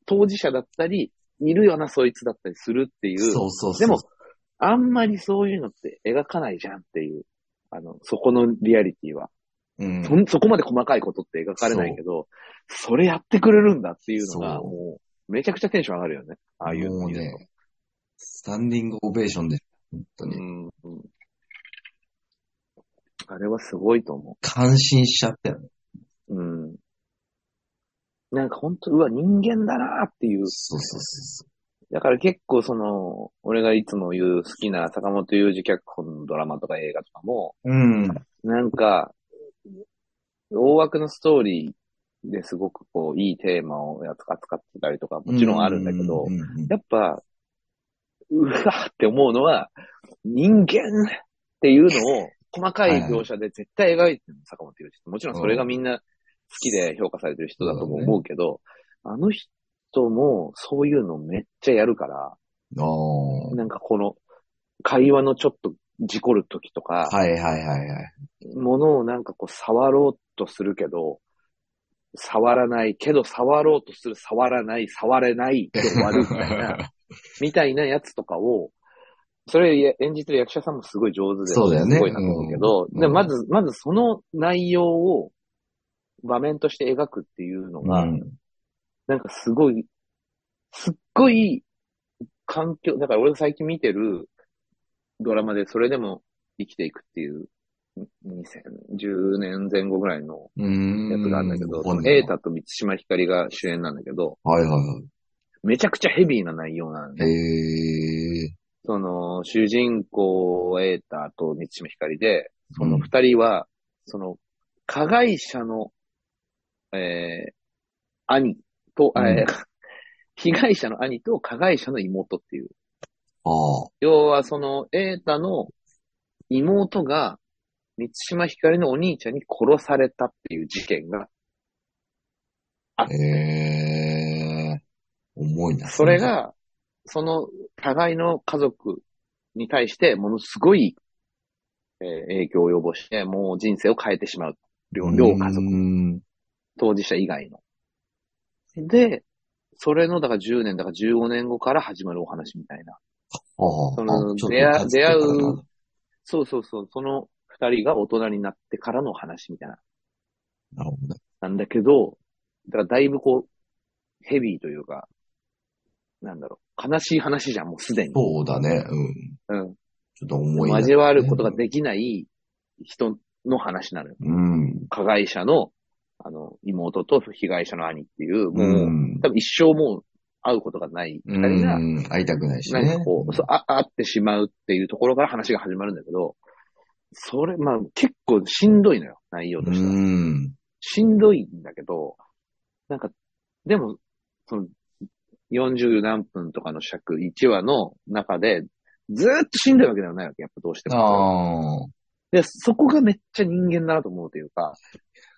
Speaker 2: 当事者だったり、いるよな、そいつだったりするっていう、
Speaker 1: そうそうそう。
Speaker 2: でも、あんまりそういうのって描かないじゃんっていう、あの、そこのリアリティは。
Speaker 1: うん、
Speaker 2: そんそこまで細かいことって描かれないけど、それやってくれるんだっていうのが、
Speaker 1: そう
Speaker 2: もう、めちゃくちゃテンション上がるよね。ああいう
Speaker 1: もう
Speaker 2: 見ると。
Speaker 1: ね、スタンディングオベーションで、本当に。
Speaker 2: うんうんあれはすごいと思
Speaker 1: 感心しちゃったよね。
Speaker 2: う。うん。なんか本当、うわ、人間だなっていう。
Speaker 1: そうそうそう
Speaker 2: だから結構その、俺がいつも言う好きな坂本雄二脚本のドラマとか映画とかも、
Speaker 1: そう。うん。
Speaker 2: なんか、大枠のストーリーですごくこう、いいテーマを扱ってたりとか、もちろんあるんだけど、
Speaker 1: うんうんうん
Speaker 2: やっぱ、うわーって思うのは、人間っていうのを細かい描写で絶対描いてるの、坂本龍一って。もちろんそれがみんな好きで評価されてる人だとも思うけど、あの人もそういうのめっちゃやるから、
Speaker 1: あー
Speaker 2: なんかこの会話のちょっと事故る時とか、
Speaker 1: はいはいはいはい。
Speaker 2: ものをなんかこう触ろうとするけど、触らないけど触ろうとする、触らない、触れないで終わるみたいな。 <laughs> みたいなやつとかを、それ演じてる役者さんもすごい上手で、
Speaker 1: そうだよね
Speaker 2: すごいなと思うけど、
Speaker 1: うん
Speaker 2: でもまず、まずその内容を場面として描くっていうのが、
Speaker 1: うん
Speaker 2: なんかすごい、すっごい環境、だから俺が最近見てるドラマでそれでも生きていくっていう、2010年前後ぐらいの
Speaker 1: うん。
Speaker 2: やつがあるんだけど、
Speaker 1: わかんない
Speaker 2: エータと満島ひかりが主演なんだけど、
Speaker 1: はいは
Speaker 2: めちゃくちゃヘビーな内容なん
Speaker 1: いはい。えー。
Speaker 2: その、主人公、エータと満島ひかりで、
Speaker 1: そ
Speaker 2: 二人は、その、加害者の、えー、兄と、
Speaker 1: うん
Speaker 2: えー <laughs> 被害者の兄と加害者の妹っていう。
Speaker 1: ああ。
Speaker 2: 要は、その、エータの妹が、満島ひかりのお兄ちゃんに殺されたっていう事件が、
Speaker 1: ええ重いな。
Speaker 2: それ、が、その、互いの家族に対して、ものすごい、えー影響を及ぼして、もう人生を変えてしまう。両両家族。
Speaker 1: 族。
Speaker 2: 当事者以外の。で、それの、だから10年、だから15年後から始まるお話みたいな。
Speaker 1: ああ
Speaker 2: そ
Speaker 1: あ
Speaker 2: の
Speaker 1: ちょっと
Speaker 2: 出会出会う
Speaker 1: 感じて
Speaker 2: そうそうそう、その二人が大人になってからのお話みたいな。
Speaker 1: たかななるほどね。
Speaker 2: なんだけど、だからだいぶこう、ヘビーというか、なんだろう、悲しい話じゃん、もうすでに。
Speaker 1: そうだね。うん。
Speaker 2: うん。
Speaker 1: ちょっと重いな。
Speaker 2: 交わることができない人の話なのよ。
Speaker 1: うん。
Speaker 2: 加害者の、あの、妹と被害者の兄っていう、もう、
Speaker 1: うん。
Speaker 2: 多分一生もう会うことがない二人が、
Speaker 1: うん会いたくないし
Speaker 2: な
Speaker 1: ね。
Speaker 2: んかこう、そう、あ、会ってしまうっていうところから話が始まるんだけど、それ、まあ結構しんどいのよ、内容
Speaker 1: う
Speaker 2: としては。
Speaker 1: ん。
Speaker 2: しんどいんだけど、なんか、でも、その、40何分とかの尺、1話の中で、ずーっとしんどいわけではないわけ、やっぱどうしても。
Speaker 1: ああ。
Speaker 2: で、そこがめっちゃ人間だなと思うというか、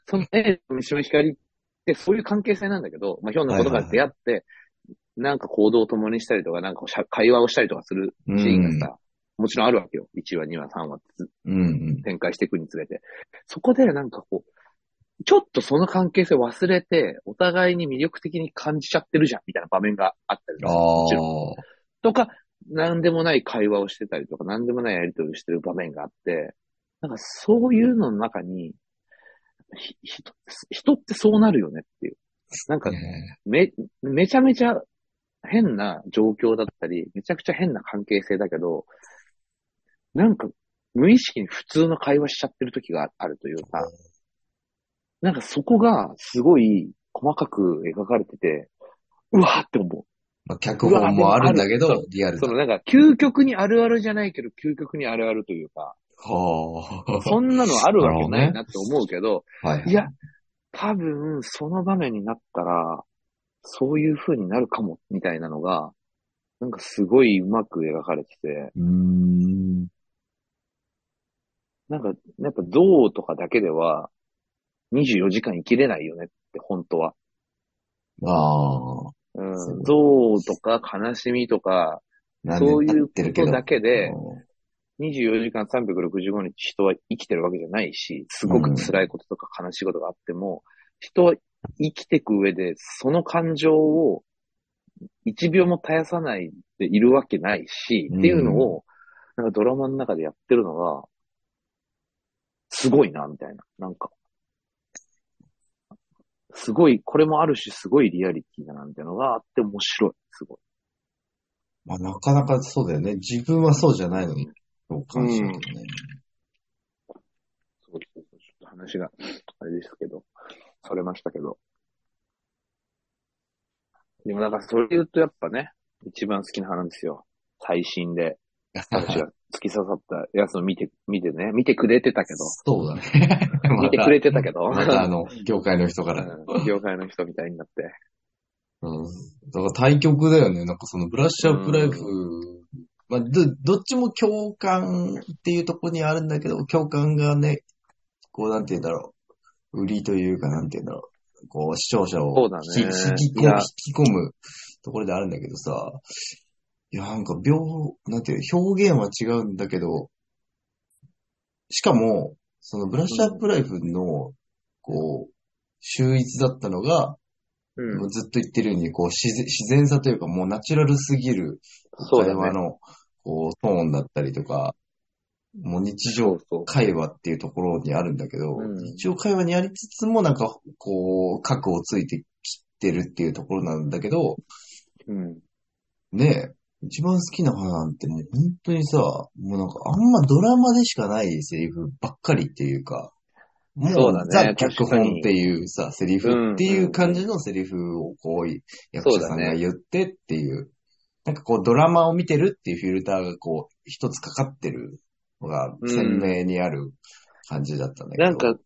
Speaker 2: その絵と西尾光ってそういう関係性なんだけど、まあ、ひょんなことから出会って、なんか行動を共にしたりとか、なんかしゃ会話をしたりとかする
Speaker 1: う
Speaker 2: シーン
Speaker 1: ん
Speaker 2: が。さ、もちろんあるわけよ。1話、2話、3話って
Speaker 1: うん。
Speaker 2: 展開していくにつれて。そこでなんかこう、ちょっとその関係性忘れて、お互いに魅力的に感じちゃってるじゃん、みたいな場面があったりと
Speaker 1: ああ。
Speaker 2: かもちろんとか、なんでもない会話をしてたりとか、なんでもないやりとりをしてる場面があって、なんかそういうのの中に、ひ人って人ってそうなるよねっていう。なんか
Speaker 1: ね
Speaker 2: め、めちゃめちゃ変な状況だったり、めちゃくちゃ変な関係性だけど、なんか無意識に普通の会話しちゃってる時があるというか、なんかそこがすごい細かく描かれてて、うわーって思う。
Speaker 1: まあ、脚本もあるんだけ
Speaker 2: うわ
Speaker 1: ど、リアル
Speaker 2: そ
Speaker 1: だ
Speaker 2: の。なんか究極にあるあるじゃないけど、究極にあるあるというか、
Speaker 1: は
Speaker 2: そんなのあるわ
Speaker 1: なるほ
Speaker 2: けな
Speaker 1: どね
Speaker 2: いなって思うけど、
Speaker 1: あ。はい。
Speaker 2: いや、多分その場面になったら、そういう風になるかも、みたいなのが、なんかすごいうまく描かれてて、
Speaker 1: うーん。
Speaker 2: なんかやっぱ像とかだけでは、24時間生きれないよねって、本当は。
Speaker 1: ああ。
Speaker 2: うん
Speaker 1: そう、
Speaker 2: 像とか悲しみとか、そう
Speaker 1: 何
Speaker 2: いうこ
Speaker 1: 年経ってるけ
Speaker 2: と
Speaker 1: ど
Speaker 2: だけで、
Speaker 1: うん
Speaker 2: 24時間365日人は生きてるわけじゃないし、すごく辛いこととか悲しいことがあっても、人は生きていく上で、その感情を一秒も絶やさないでいるわけないし、
Speaker 1: うん
Speaker 2: っていうのを、なんかドラマの中でやってるのが、すごいな、みたいな。なんか、すごい、これもあるし、すごいリアリティだな、みたいなのがあって面白い。すごい。
Speaker 1: まあ、なかなかそうだよね。自分はそうじゃないのに、共感しないとね。
Speaker 2: そうそうそうちょっと話が、あれですけど、それましたけど。でもなんかそれ言うとやっぱね、一番好きな花ですよ。最新で、私が突き刺さったやつを見て、見てね、見てくれてたけど、
Speaker 1: <laughs> そうだね。
Speaker 2: <laughs> 見てくれてたけど、
Speaker 1: またあの、業界の人から。
Speaker 2: <laughs> うん業界の人みたいになって。
Speaker 1: うん。だから対局だよね。なんかそのブラッシュアップライフ、まあ、ど、どっちも共感っていうところにあるんだけど、共感がね、こうなんて言うんだろう。売りというかなんて言うんだろう。こう視聴者
Speaker 2: そ
Speaker 1: を
Speaker 2: うだね
Speaker 1: 引き引き
Speaker 2: い
Speaker 1: 込む、
Speaker 2: や
Speaker 1: 引き込むところであるんだけどさ、いや、なんか秒、なんていうの、表現は違うんだけど、しかも、そのブラッシュアップライフの、こう、秀逸だったのが、
Speaker 2: う
Speaker 1: ずっと言ってるように、こう自然、自然さというか、もうナチュラルすぎる
Speaker 2: そう
Speaker 1: 会
Speaker 2: だ
Speaker 1: 話
Speaker 2: ね。
Speaker 1: の、こう、トーンだったりとか、もう日
Speaker 2: そ
Speaker 1: 常
Speaker 2: うそう。
Speaker 1: 会話っていうところにあるんだけど、
Speaker 2: うん
Speaker 1: 日常会話にありつつも、なんか、こう、核をついてきてるっていうところなんだけど、
Speaker 2: うん。
Speaker 1: ねえ、一番好きな花なんてもう本当にさ、もうなんかあんまドラマでしかないセリフばっかりっていうか、も
Speaker 2: そうだね
Speaker 1: ザ・脚
Speaker 2: 確か
Speaker 1: 本
Speaker 2: に
Speaker 1: っていうさ、セリフっていう感じのセリフをこう、役者さんが言ってっていう、なんかこうドラマを見てるっていうフィルターがこう、一つかかってるのが鮮明にある感じだったんだけど。
Speaker 2: なんか、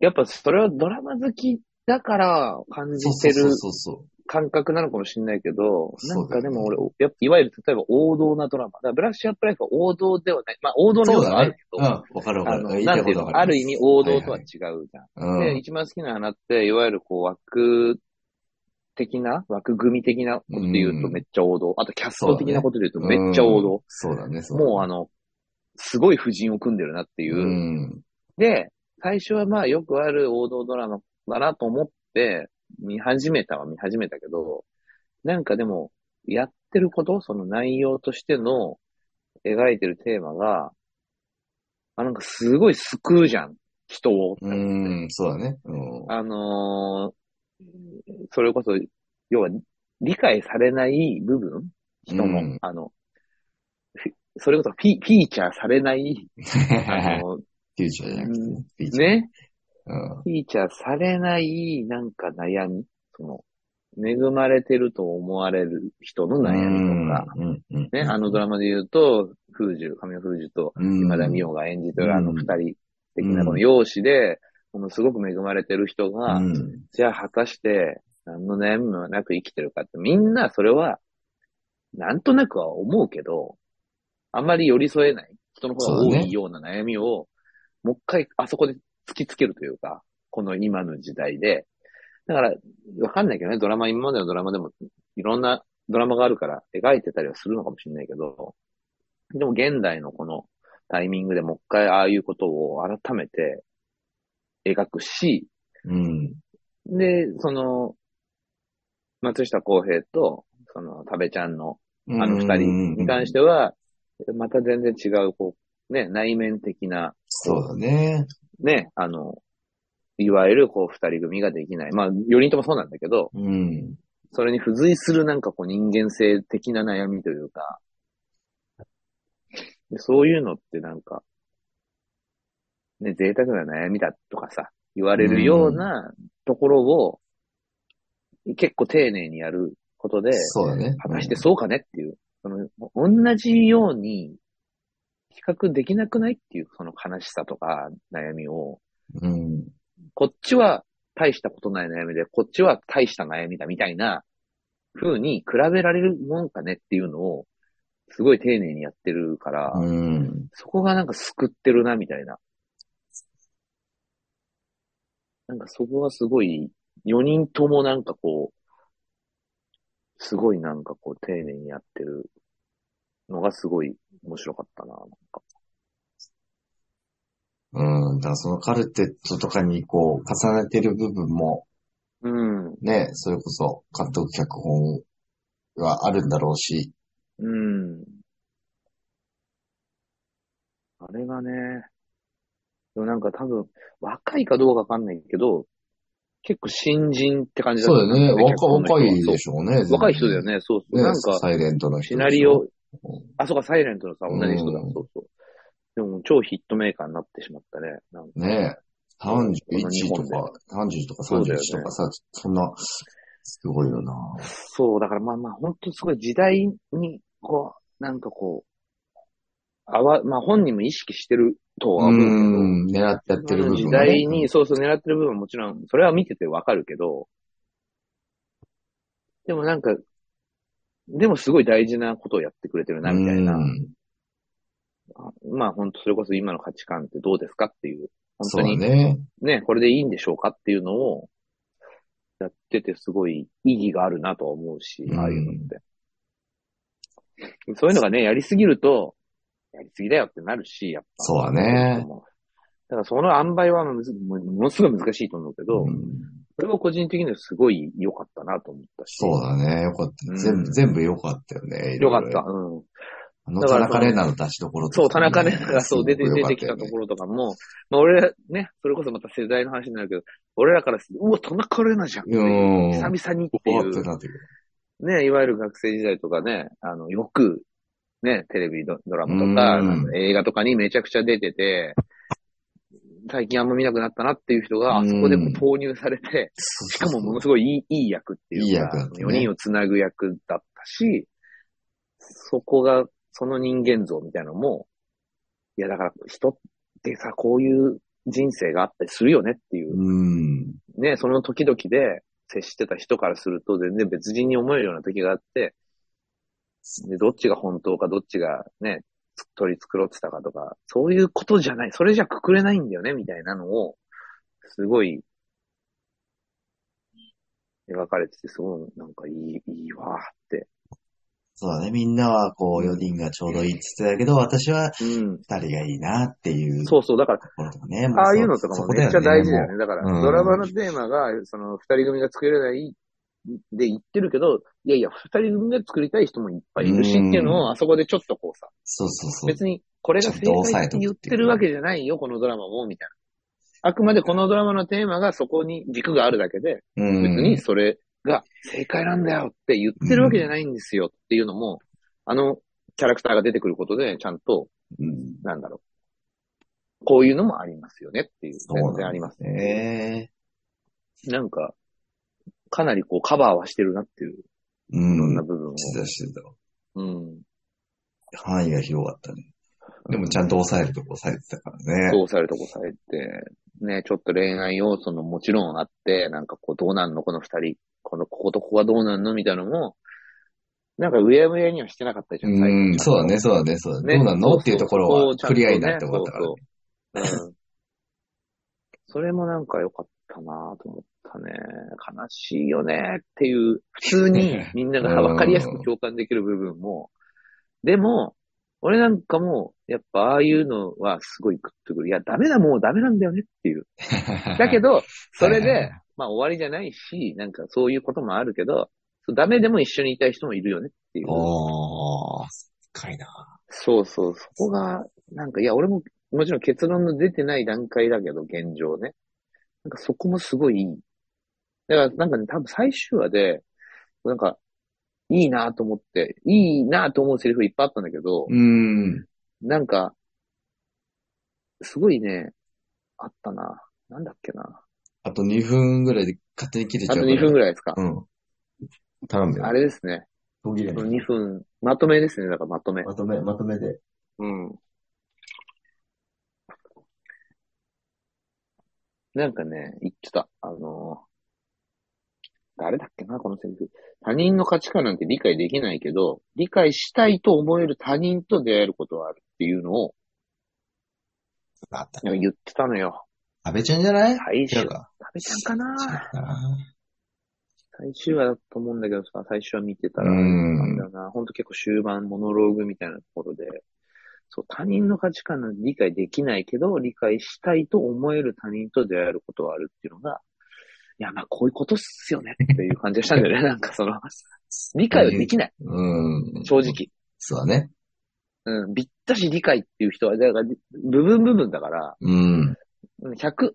Speaker 2: やっぱそれはドラマ好きだから感じ
Speaker 1: そう
Speaker 2: て
Speaker 1: そう
Speaker 2: る
Speaker 1: そうそう。
Speaker 2: 感覚なのかもしれないけど、な
Speaker 1: そうんだよね
Speaker 2: かでも俺、やっぱいわゆる例えば王道なドラマ。だからブラッシュアップライフは王道ではない。まあ王道の
Speaker 1: そ
Speaker 2: 要
Speaker 1: う
Speaker 2: 素は
Speaker 1: だ
Speaker 2: ある
Speaker 1: ね
Speaker 2: け。
Speaker 1: う
Speaker 2: ど、
Speaker 1: ん、わかるわか
Speaker 2: あ
Speaker 1: る。
Speaker 2: の、
Speaker 1: 言い
Speaker 2: な
Speaker 1: た
Speaker 2: ん
Speaker 1: い
Speaker 2: て
Speaker 1: こ
Speaker 2: いう
Speaker 1: とわ
Speaker 2: の、
Speaker 1: か
Speaker 2: あ
Speaker 1: る。
Speaker 2: る意味王道とは違うじゃん。で、一番好きな花って、いわゆるこう枠的な、枠組み的なことで言うと
Speaker 1: うん
Speaker 2: めっちゃ王道。あとキャスト的なことで言うと
Speaker 1: うん。
Speaker 2: めっちゃ王道。
Speaker 1: そうだね、そうだね。
Speaker 2: もうあの、すごい布陣を組んでるなっていう。
Speaker 1: うん。
Speaker 2: で、最初はまあよくある王道ドラマだなと思って見始めたは見始めたけど、なんかでもやってること、その内容としての描いてるテーマが、あ、なんかすごい救うじゃん、人を。
Speaker 1: うん、そうだね。うん。
Speaker 2: あのーそれこそ、要は理解されない部分人の、
Speaker 1: うん
Speaker 2: あの、フィそれこそフィフィーチャーさ
Speaker 1: <laughs>
Speaker 2: れない、あの、
Speaker 1: フューチャーじゃなくてね。フューチャー。
Speaker 2: ね、
Speaker 1: うん。
Speaker 2: フィーチャーされない、なんか悩み、その、恵まれてると思われる人の悩みとか、
Speaker 1: うん。うん。
Speaker 2: ね、あのドラマで言うと、風樹、神尾風樹と
Speaker 1: うん、
Speaker 2: 今田美桜が演じてるあの
Speaker 1: うん
Speaker 2: 二人的
Speaker 1: う
Speaker 2: なんこの容姿で、ものすごく恵まれてる人が、
Speaker 1: うん。
Speaker 2: じゃあ果たして何の悩みもなく生きてるかって、みんなそれは、なんとなくは思うけど、あんまり寄り添えない、人の方が
Speaker 1: そう
Speaker 2: 多
Speaker 1: だね
Speaker 2: いような悩みを、もう一回あそこで突きつけるというか、この今の時代で。だから、わかんないけどね、ドラマ、今までのドラマでも、いろんなドラマがあるから描いてたりはするのかもしれないけど、でも現代のこのタイミングでもう一回ああいうことを改めて描くし、
Speaker 1: うん。
Speaker 2: で、その、松下洸平と、その、多部ちゃんの、
Speaker 1: あ。
Speaker 2: あの二人に関してては、また全然違う、こう、ね、内面的な、
Speaker 1: そうだね。
Speaker 2: ね、あの、いわゆる、こう、二人組ができない。まあ、4人ともそうなんだけど、
Speaker 1: うん。
Speaker 2: それに付随するなんかこう人間性的な悩みというか、でそういうのってなんか、ね、贅沢な悩みだとかさ、言われるようなところを、結構丁寧にやることで、
Speaker 1: そうだね。
Speaker 2: 果たしてそうかねっていう、その、同じように、比較できなくないっていう、その悲しさとか悩みを、
Speaker 1: うん。
Speaker 2: こっちは大したことない悩みで、こっちは大した悩みだみたいな風に比べられるもんかねっていうのを、すごい丁寧にやってるから、
Speaker 1: うん。
Speaker 2: そこがなんか救ってるなみたいな。なんかそこはすごい、4人ともなんかこう、すごいなんかこう丁寧にやってるのがすごい面白かったな。なんか
Speaker 1: うん。だからそのカルテットとかにこう、重ねてる部分も、
Speaker 2: うん、
Speaker 1: ね、それこそ監督脚本はあるんだろうし、
Speaker 2: うん。あれがね、でもなんか多分、若いかどうかわかんないけど、結構新人って感じだ
Speaker 1: そ
Speaker 2: った
Speaker 1: うだよね。若、若い
Speaker 2: 人
Speaker 1: でしょうね。全然
Speaker 2: 若い人だよ。ね、そうそう。
Speaker 1: ね、
Speaker 2: なんか、
Speaker 1: サイレントの人で
Speaker 2: シ
Speaker 1: しょ。
Speaker 2: ナリオ
Speaker 1: うん、
Speaker 2: あ、そうか、サイレントのさ、同じ人だ
Speaker 1: う、ん
Speaker 2: そうそう。でも、超ヒットメーカーになってしまったね。なんか
Speaker 1: ねえ。31とか、
Speaker 2: こ
Speaker 1: 30とか
Speaker 2: そうだよね
Speaker 1: 31とかさ、そんな、すごいよな。
Speaker 2: そう、だからまあまあ、本当すごい時代に、こう、なんかこう、あわ、まあ本人も意識してるとは
Speaker 1: う
Speaker 2: 思うけ
Speaker 1: ん、
Speaker 2: ど、
Speaker 1: 狙ってやってる部分
Speaker 2: 時
Speaker 1: がね
Speaker 2: 代に、そうそう狙ってる部分はもちろん、それは見ててわかるけど、でもなんか、でもすごい大事なことをやってくれてるな、みたいな。
Speaker 1: うん
Speaker 2: まあ本当それこそ今の価値観ってどうですかっていう、本
Speaker 1: そ
Speaker 2: 当
Speaker 1: うだ
Speaker 2: に
Speaker 1: ね。
Speaker 2: ね、これでいいんでしょうかっていうのを、やっててすごい意義があるなとは思うし、
Speaker 1: うん
Speaker 2: ああいうのって。そういうのがね、やりすぎると、やりすぎだよってなるし、やっぱ。
Speaker 1: そうだね。
Speaker 2: だからその塩梅はむずものすごい難しいと思うけど、
Speaker 1: うん
Speaker 2: それは個人的にはすごい良かったなと思ったし。
Speaker 1: そうだね。よかった。
Speaker 2: う
Speaker 1: 全
Speaker 2: ん
Speaker 1: 部、全部よかったよね。い
Speaker 2: 良
Speaker 1: ろ
Speaker 2: か
Speaker 1: いろ
Speaker 2: った。。うん。
Speaker 1: あの
Speaker 2: だ
Speaker 1: 田
Speaker 2: から
Speaker 1: 中玲奈の出しどころ
Speaker 2: そう、
Speaker 1: と
Speaker 2: 田
Speaker 1: かね
Speaker 2: 中玲奈がそう出て、出てきたと
Speaker 1: すごく良かっよね
Speaker 2: ころとかも、まあ俺らね、それこそまた世代の話になるけど、俺らからすると、うわ、田中玲奈じゃんっていう
Speaker 1: うん
Speaker 2: 久々にってい
Speaker 1: おーって
Speaker 2: う、
Speaker 1: なってくる。
Speaker 2: ね、いわゆる学生時代とかね、あの、よく、ね、テレビドドラマとか、
Speaker 1: うん
Speaker 2: なんか映画とかにめちゃくちゃ出てて、最近あんま見なくなったなっていう人が、
Speaker 1: う
Speaker 2: あ
Speaker 1: ん
Speaker 2: そこでもう投入されて、し
Speaker 1: し
Speaker 2: かもものすごいいいいい役っていうか、
Speaker 1: いい役だったね
Speaker 2: 4人をつなぐ役だったし、そこが、その人間像みたいなのも、いやだから人ってさ、こういう人生があったりするよねっていう、
Speaker 1: うん。
Speaker 2: ね、その時々で接してた人からすると全然別人に思えるような時があって、で、どっちが本当かどっちがね、つ取り繕ってたかとか、そういうことじゃない、それじゃくくれないんだよね、みたいなのを、すごい、描かれてて、すごい、なんかいい、いいわーって。
Speaker 1: そうだね。みんなはこう、4人がちょうどいいって言ってたけど、私は
Speaker 2: うん。
Speaker 1: 2人がいいなっていうと
Speaker 2: そうそう、だから、
Speaker 1: ころとかね。も
Speaker 2: ああ
Speaker 1: そ
Speaker 2: いうのとか
Speaker 1: そ
Speaker 2: も
Speaker 1: こ
Speaker 2: めっちゃ大事だよね。だか
Speaker 1: う
Speaker 2: ら、
Speaker 1: ん
Speaker 2: ドラマのテーマが、その、二人組が作れない、で言ってるけど、いやいや、二人組が作りたい人もいっぱいいるしって
Speaker 1: うん
Speaker 2: いうのを、あそこでちょっとこうさ、
Speaker 1: そうそうそう。
Speaker 2: 別に、これが正解って言ってるわけじゃないよ、このドラマも、みたいな。あくまでこのドラマのテーマがそこに軸があるだけで、
Speaker 1: うん
Speaker 2: 別にそれが正解なんだよって言ってるわけじゃないんですよっていうのも、あのキャラクターが出てくることで、ちゃんと、
Speaker 1: うん
Speaker 2: なんだろう。こういうのもありますよねっていう、
Speaker 1: そうなんだ
Speaker 2: 全然ありますね。
Speaker 1: ね。
Speaker 2: なんか、かなりこうカバーはしてるなっていう、
Speaker 1: う
Speaker 2: いろん
Speaker 1: ん
Speaker 2: な。部分を。
Speaker 1: してたしてた。
Speaker 2: うん。
Speaker 1: 範囲が広かったね。でもちゃんと抑えるとこ抑えてたからね。
Speaker 2: どうされるとこされて、ね、ちょっと恋愛要素のもちろんあって、なんかこうどうなんのこの二人、この、こことここはどうなんのみたいなのも、なんかうやむやにはしてなかったじゃん、最後
Speaker 1: うん、そうだね、そうだね、そうだね。どうなんのっていうところはクリアになって思ったからね。
Speaker 2: ら。そうそううん。それもなんか良かったなぁと思ったね。悲しいよねっていう、普
Speaker 1: <laughs>
Speaker 2: 通にみんなが分かりやすく共感できる部分も、でも、俺なんかも、やっぱああいうのはすごいグッとくる。いや、ダメだ、もうダメなんだよねっていう。
Speaker 1: <laughs>
Speaker 2: だけど、それ
Speaker 1: はいはい
Speaker 2: で
Speaker 1: は、
Speaker 2: まあ終わりじゃないし、なんかそういうこともあるけど、そうダメでも一緒にいたい人もいるよねっていう。
Speaker 1: おー、深いな。
Speaker 2: そうそう、そこが、なんか、いや、俺も、もちろん結論の出てない段階だけど、現状ね。なんかそこもすごいいい。だから、なんかね、多分最終話で、なんか、いいなと思って、いいなと思うセリフいっぱいあったんだけど、
Speaker 1: うん。
Speaker 2: なんか、すごいね、あったな。なんだっけな。
Speaker 1: あと2分ぐらいで勝手に切れちゃ
Speaker 2: あ
Speaker 1: う
Speaker 2: と
Speaker 1: から。
Speaker 2: 2分ぐらいですか。
Speaker 1: うん。頼むよ。
Speaker 2: あれですね。
Speaker 1: 途切れない
Speaker 2: 2分、まとめですね。だからまとめ。
Speaker 1: まとめ、まとめで。
Speaker 2: うん。なんかね、言ってた。あのー誰だっけな、このセリフ。他人の価値観なんて理解できないけど、理解したいと思える他人と出会えることはあるっていうのを
Speaker 1: あった。
Speaker 2: なんか言ってたのよ。
Speaker 1: 安倍ちゃんじゃない
Speaker 2: 最終
Speaker 1: 違う
Speaker 2: 話。
Speaker 1: か。
Speaker 2: 食べちゃんか
Speaker 1: 違
Speaker 2: な
Speaker 1: うかな。
Speaker 2: 最終話だと思うんだけどさ、最終話見てたら、
Speaker 1: うん
Speaker 2: なんだよな。ほんと結構終盤、モノローグみたいなところで、そう、他人の価値観なんて理解できないけど、理解したいと思える他人と出会えることはあるっていうのが、いや、まあ、こういうことっすよねっていう感じがしたん
Speaker 1: <laughs>
Speaker 2: だよね。なんかその、理解はできない、
Speaker 1: うん。
Speaker 2: 正。直。
Speaker 1: そうだね。
Speaker 2: うん、びったし理解っていう人は、だから、部分部分だから、
Speaker 1: うん。
Speaker 2: うん100、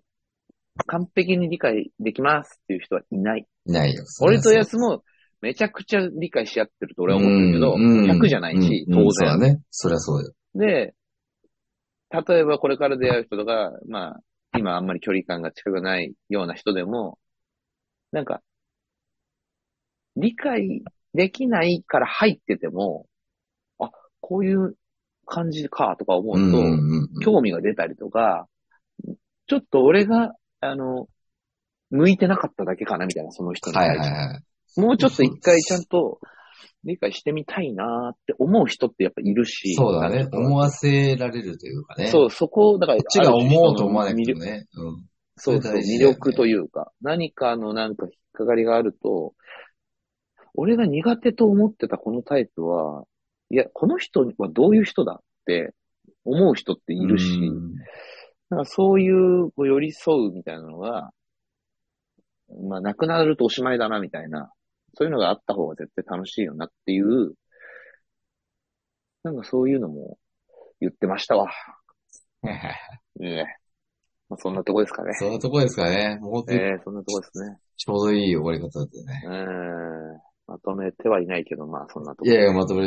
Speaker 2: 完璧に理解できますっていう人はいない。
Speaker 1: いないよ。
Speaker 2: 俺とや
Speaker 1: つ
Speaker 2: つも、めちゃくちゃ理解し合ってると俺は思ってるけど、100じゃないし、当
Speaker 1: そうだ
Speaker 2: 然。
Speaker 1: ね。そりゃそうよ。
Speaker 2: で、例えばこれから出会う人とか、まあ、今あんまり距離感が近くないような人でも、なんか、理解できないから入ってても、あ、こういう感じかとか思
Speaker 1: うん
Speaker 2: う
Speaker 1: う
Speaker 2: と、
Speaker 1: んうん。
Speaker 2: 興味が出たりとか、ちょっと俺が、あの、向いてなかっただけかなみたいな、その人に
Speaker 1: は
Speaker 2: 対し
Speaker 1: い
Speaker 2: て。
Speaker 1: はいはい。
Speaker 2: もうちょっと一回ちゃんと理解してみたいなーって思う人ってやっぱいるし。
Speaker 1: そうだね。思
Speaker 2: わ
Speaker 1: わせられるというかね。。
Speaker 2: そうう、そこを、だから、
Speaker 1: こっちが思うと思わなくても
Speaker 2: 魅力
Speaker 1: ね。うん。
Speaker 2: そう
Speaker 1: そ
Speaker 2: そう、
Speaker 1: れ大事
Speaker 2: 魅
Speaker 1: だよね
Speaker 2: 力というか、何かのなんか引っかかりがあると、俺が苦手と思ってたこのタイプは、いや、この人はどういう人だって思う人っているし、 <laughs>
Speaker 1: うん
Speaker 2: なんかそういうこう寄り添うみたいなのが、まあ、なくなるとおしまいだなみたいな、そういうのがあった方が絶対楽しいよなっていう、なんかそういうのも言ってましたわ。いいね。まあ、そんなとこですかね。
Speaker 1: そんなとこですかね。もう本当
Speaker 2: え
Speaker 1: に
Speaker 2: えそんなとこですね。
Speaker 1: ちょうどいい終わり方だったよね。
Speaker 2: うーん。まとめてはいないけど、まあそんなとこ
Speaker 1: いやいや、まとめ